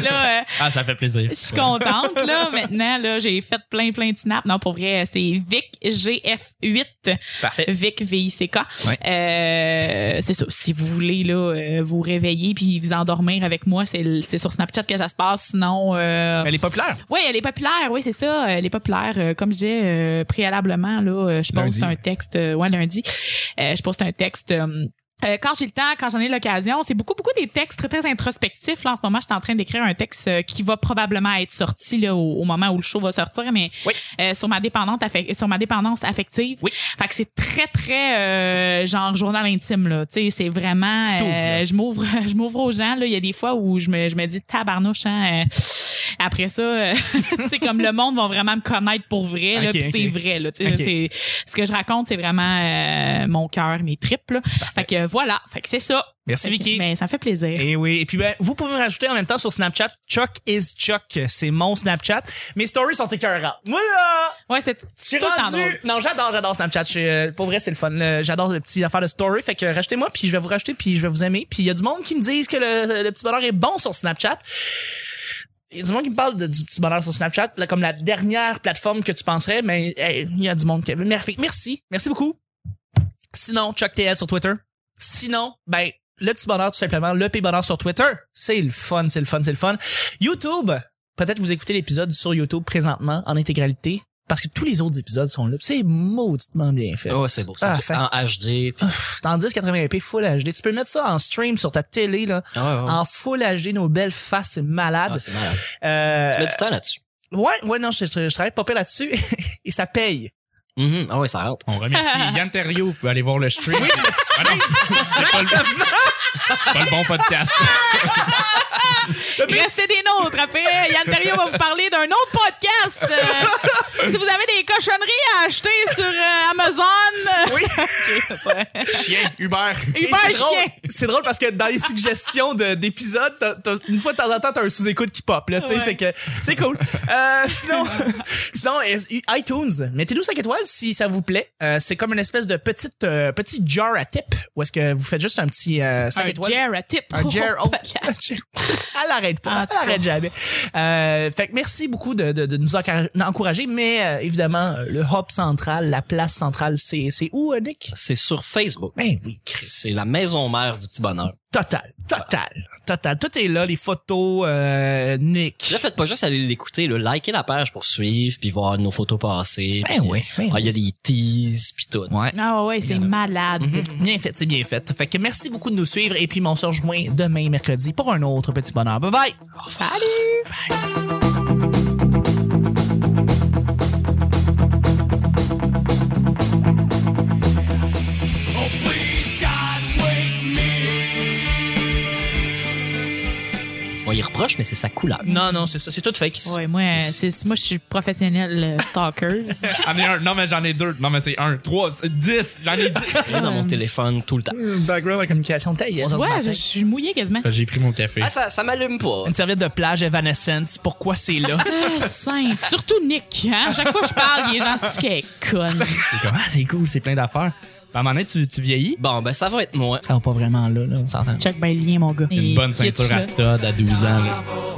Speaker 4: là, euh,
Speaker 2: Ah, ça fait plaisir.
Speaker 4: je suis contente, là, maintenant. là J'ai fait plein, plein de snaps. Non, pour vrai, c'est Vic GF8.
Speaker 1: Parfait.
Speaker 4: Vic VICK.
Speaker 3: Ouais.
Speaker 4: Euh, c'est ça. Si vous voulez là, euh, vous réveiller puis vous endormir avec moi, c'est le- c'est sur Snapchat que ça se passe. Sinon, euh,
Speaker 1: Elle est populaire.
Speaker 4: oui, elle est populaire, oui, c'est ça. Elle est populaire. Euh, Comme je disais euh, préalablement, là, euh, je poste
Speaker 2: Lundi.
Speaker 4: un texte, euh, ouais, lundi, euh, je poste un texte. euh, euh, quand j'ai le temps, quand j'en ai l'occasion, c'est beaucoup, beaucoup des textes très, très introspectifs. Là, en ce moment, je suis en train d'écrire un texte euh, qui va probablement être sorti là, au, au moment où le show va sortir, mais
Speaker 1: Oui.
Speaker 4: euh, sur ma dépendante affec- sur ma dépendance affective.
Speaker 1: Oui.
Speaker 4: Fait que c'est très, très euh, genre journal intime, là. Tu sais, c'est vraiment.
Speaker 1: Tu t'ouvres,
Speaker 4: euh,
Speaker 1: là.
Speaker 4: je m'ouvre, je m'ouvre aux gens. Là, il y a des fois où je me, je me dis tabarnouche, hein, euh, après ça, euh, c'est comme le monde va vraiment me connaître pour vrai.
Speaker 1: Ok,
Speaker 4: Là, puis
Speaker 1: ok.
Speaker 4: C'est vrai. Là, tu sais,
Speaker 1: Ok.
Speaker 4: c'est- ce que je raconte, c'est vraiment euh, mon cœur, mes tripes. Là. Fait que euh, voilà. Fait que c'est ça.
Speaker 1: Merci,
Speaker 4: Fait que-
Speaker 1: Vicky.
Speaker 4: Mais ça me fait plaisir.
Speaker 1: Et oui. Et puis, ben, vous pouvez me rajouter en même temps sur Snapchat, Chuck is Chuck. C'est mon Snapchat. Mes stories sont écœurantes. Voilà!
Speaker 4: Ouais, c'est
Speaker 1: J'ai
Speaker 4: c'est tout le temps drôle.
Speaker 1: rendu. Non, j'adore, j'adore Snapchat. Je- euh, pour vrai, c'est le fun. Le- J'adore les petites affaires de story. Fait que euh, rachetez-moi, puis je vais vous racheter, puis je vais vous aimer. Puis il y a du monde qui me disent que le, le petit bonheur est bon sur Snapchat. Il y a du monde qui me parle de- du petit bonheur sur Snapchat, là, comme la dernière plateforme que tu penserais, mais hey, il y a du monde qui. Merci, merci, merci beaucoup. Sinon, Chuck TL sur Twitter. Sinon, ben, le petit bonheur, tout simplement, le P bonheur sur Twitter. C'est le fun, c'est le fun, c'est le fun. YouTube, peut-être vous écoutez l'épisode sur YouTube présentement en intégralité. Parce que tous les autres épisodes sont là. C'est mauditement bien fait.
Speaker 3: Oh, c'est beau.
Speaker 1: Ah,
Speaker 3: ça. Ah.
Speaker 1: fait-
Speaker 3: en HD.
Speaker 1: Ouf, t'es en 1080p full HD. Tu peux mettre ça en stream sur ta télé, là.
Speaker 3: Ah, ouais, ouais.
Speaker 1: En full HD, nos belles faces, c'est
Speaker 3: Ah,
Speaker 1: malade.
Speaker 3: c'est malade.
Speaker 1: Euh,
Speaker 3: Tu mets du temps là-dessus.
Speaker 1: ouais, ouais, non, je, je, je travaille pas peu là-dessus. Et ça paye.
Speaker 3: Mhm. Ah ouais, ça rentre.
Speaker 2: On remercie Yann Terriot. Vous pouvez aller voir le stream. Ah non, c'est pas, le- c'est pas le bon podcast.
Speaker 4: Restez des nôtres. Après, Yann Terriot va vous parler d'un autre podcast. Euh, si vous avez des cochonneries à acheter sur euh, Amazon,
Speaker 1: Oui.
Speaker 2: Chien, Hubert.
Speaker 4: euh, Uber
Speaker 1: Et c'est drôle-
Speaker 4: Chien.
Speaker 1: C'est drôle parce que dans les suggestions de- d'épisodes, t'as- t'as- une fois de temps en temps, t'as un sous-écoute qui pop. Là, tu sais,
Speaker 4: Ouais.
Speaker 1: c'est que c'est cool. Euh, sinon, sinon, euh, iTunes, mettez-nous 5 étoiles si ça vous plaît. Euh, c'est comme une espèce de petite euh, petit jar à tip où est-ce que vous faites juste un petit euh, 5
Speaker 4: Un
Speaker 1: étoiles.
Speaker 4: Jer à tip.
Speaker 1: Un jar, oh, un jar. Elle arrête pas.
Speaker 4: En tout
Speaker 1: Elle arrête jamais. Euh, fait que merci beaucoup de, de, de nous encourager- encourager, mais euh, évidemment, euh, le hub central, la place centrale, c'est c'est où, euh, Nick?
Speaker 3: C'est sur Facebook.
Speaker 1: Ben oui, Chris.
Speaker 3: C'est la maison mère du petit bonheur.
Speaker 1: Total, total, total. Tout est là, les photos, euh, Nick.
Speaker 3: Là, faites pas juste aller l'écouter, là. Likez la page pour suivre, puis voir nos photos passer. puis-
Speaker 1: ben
Speaker 3: Ah, Il y a des teases, puis tout.
Speaker 1: Ouais. Mhm.
Speaker 4: Ah ouais, c'est malade.
Speaker 1: Bien fait, c'est bien fait. Fait que merci beaucoup de nous suivre et puis on se rejoint demain mercredi pour un autre petit bonheur. Bye bye!
Speaker 4: Salut!
Speaker 3: On y reproche, mais c'est sa couleur.
Speaker 1: Non, non, c'est ça, c'est tout fake.
Speaker 4: Ouais, moi, c'est, moi, je suis professionnelle euh, stalker.
Speaker 2: J'en ai un. Non, mais j'en ai deux. Non, mais c'est un, trois, c'est dix. J'en ai dix.
Speaker 3: Rien dans mon téléphone tout le temps.
Speaker 1: Background en communication, t'as yes, on se
Speaker 4: ouais,
Speaker 1: matin.
Speaker 4: je, je suis mouillée quasiment.
Speaker 2: J'ai pris mon café.
Speaker 3: Ah, ça, ça m'allume pas.
Speaker 1: Une serviette de plage Evanescence, pourquoi c'est là?
Speaker 4: Ah, sainte. Surtout Nick, hein? À Chaque fois que je parle, il est genre, c'est qu'elle est conne.
Speaker 2: C'est comme, ah, c'est cool, c'est plein d'affaires. À un moment donné, tu, tu vieillis.
Speaker 3: Bon, ben, ça va être moi.
Speaker 1: ça va pas vraiment là, là, on s'entend.
Speaker 4: Check ben le lien, mon gars.
Speaker 2: Une bonne
Speaker 4: Il pitch,
Speaker 2: ceinture à
Speaker 4: là.
Speaker 2: stud à 12 ans. là.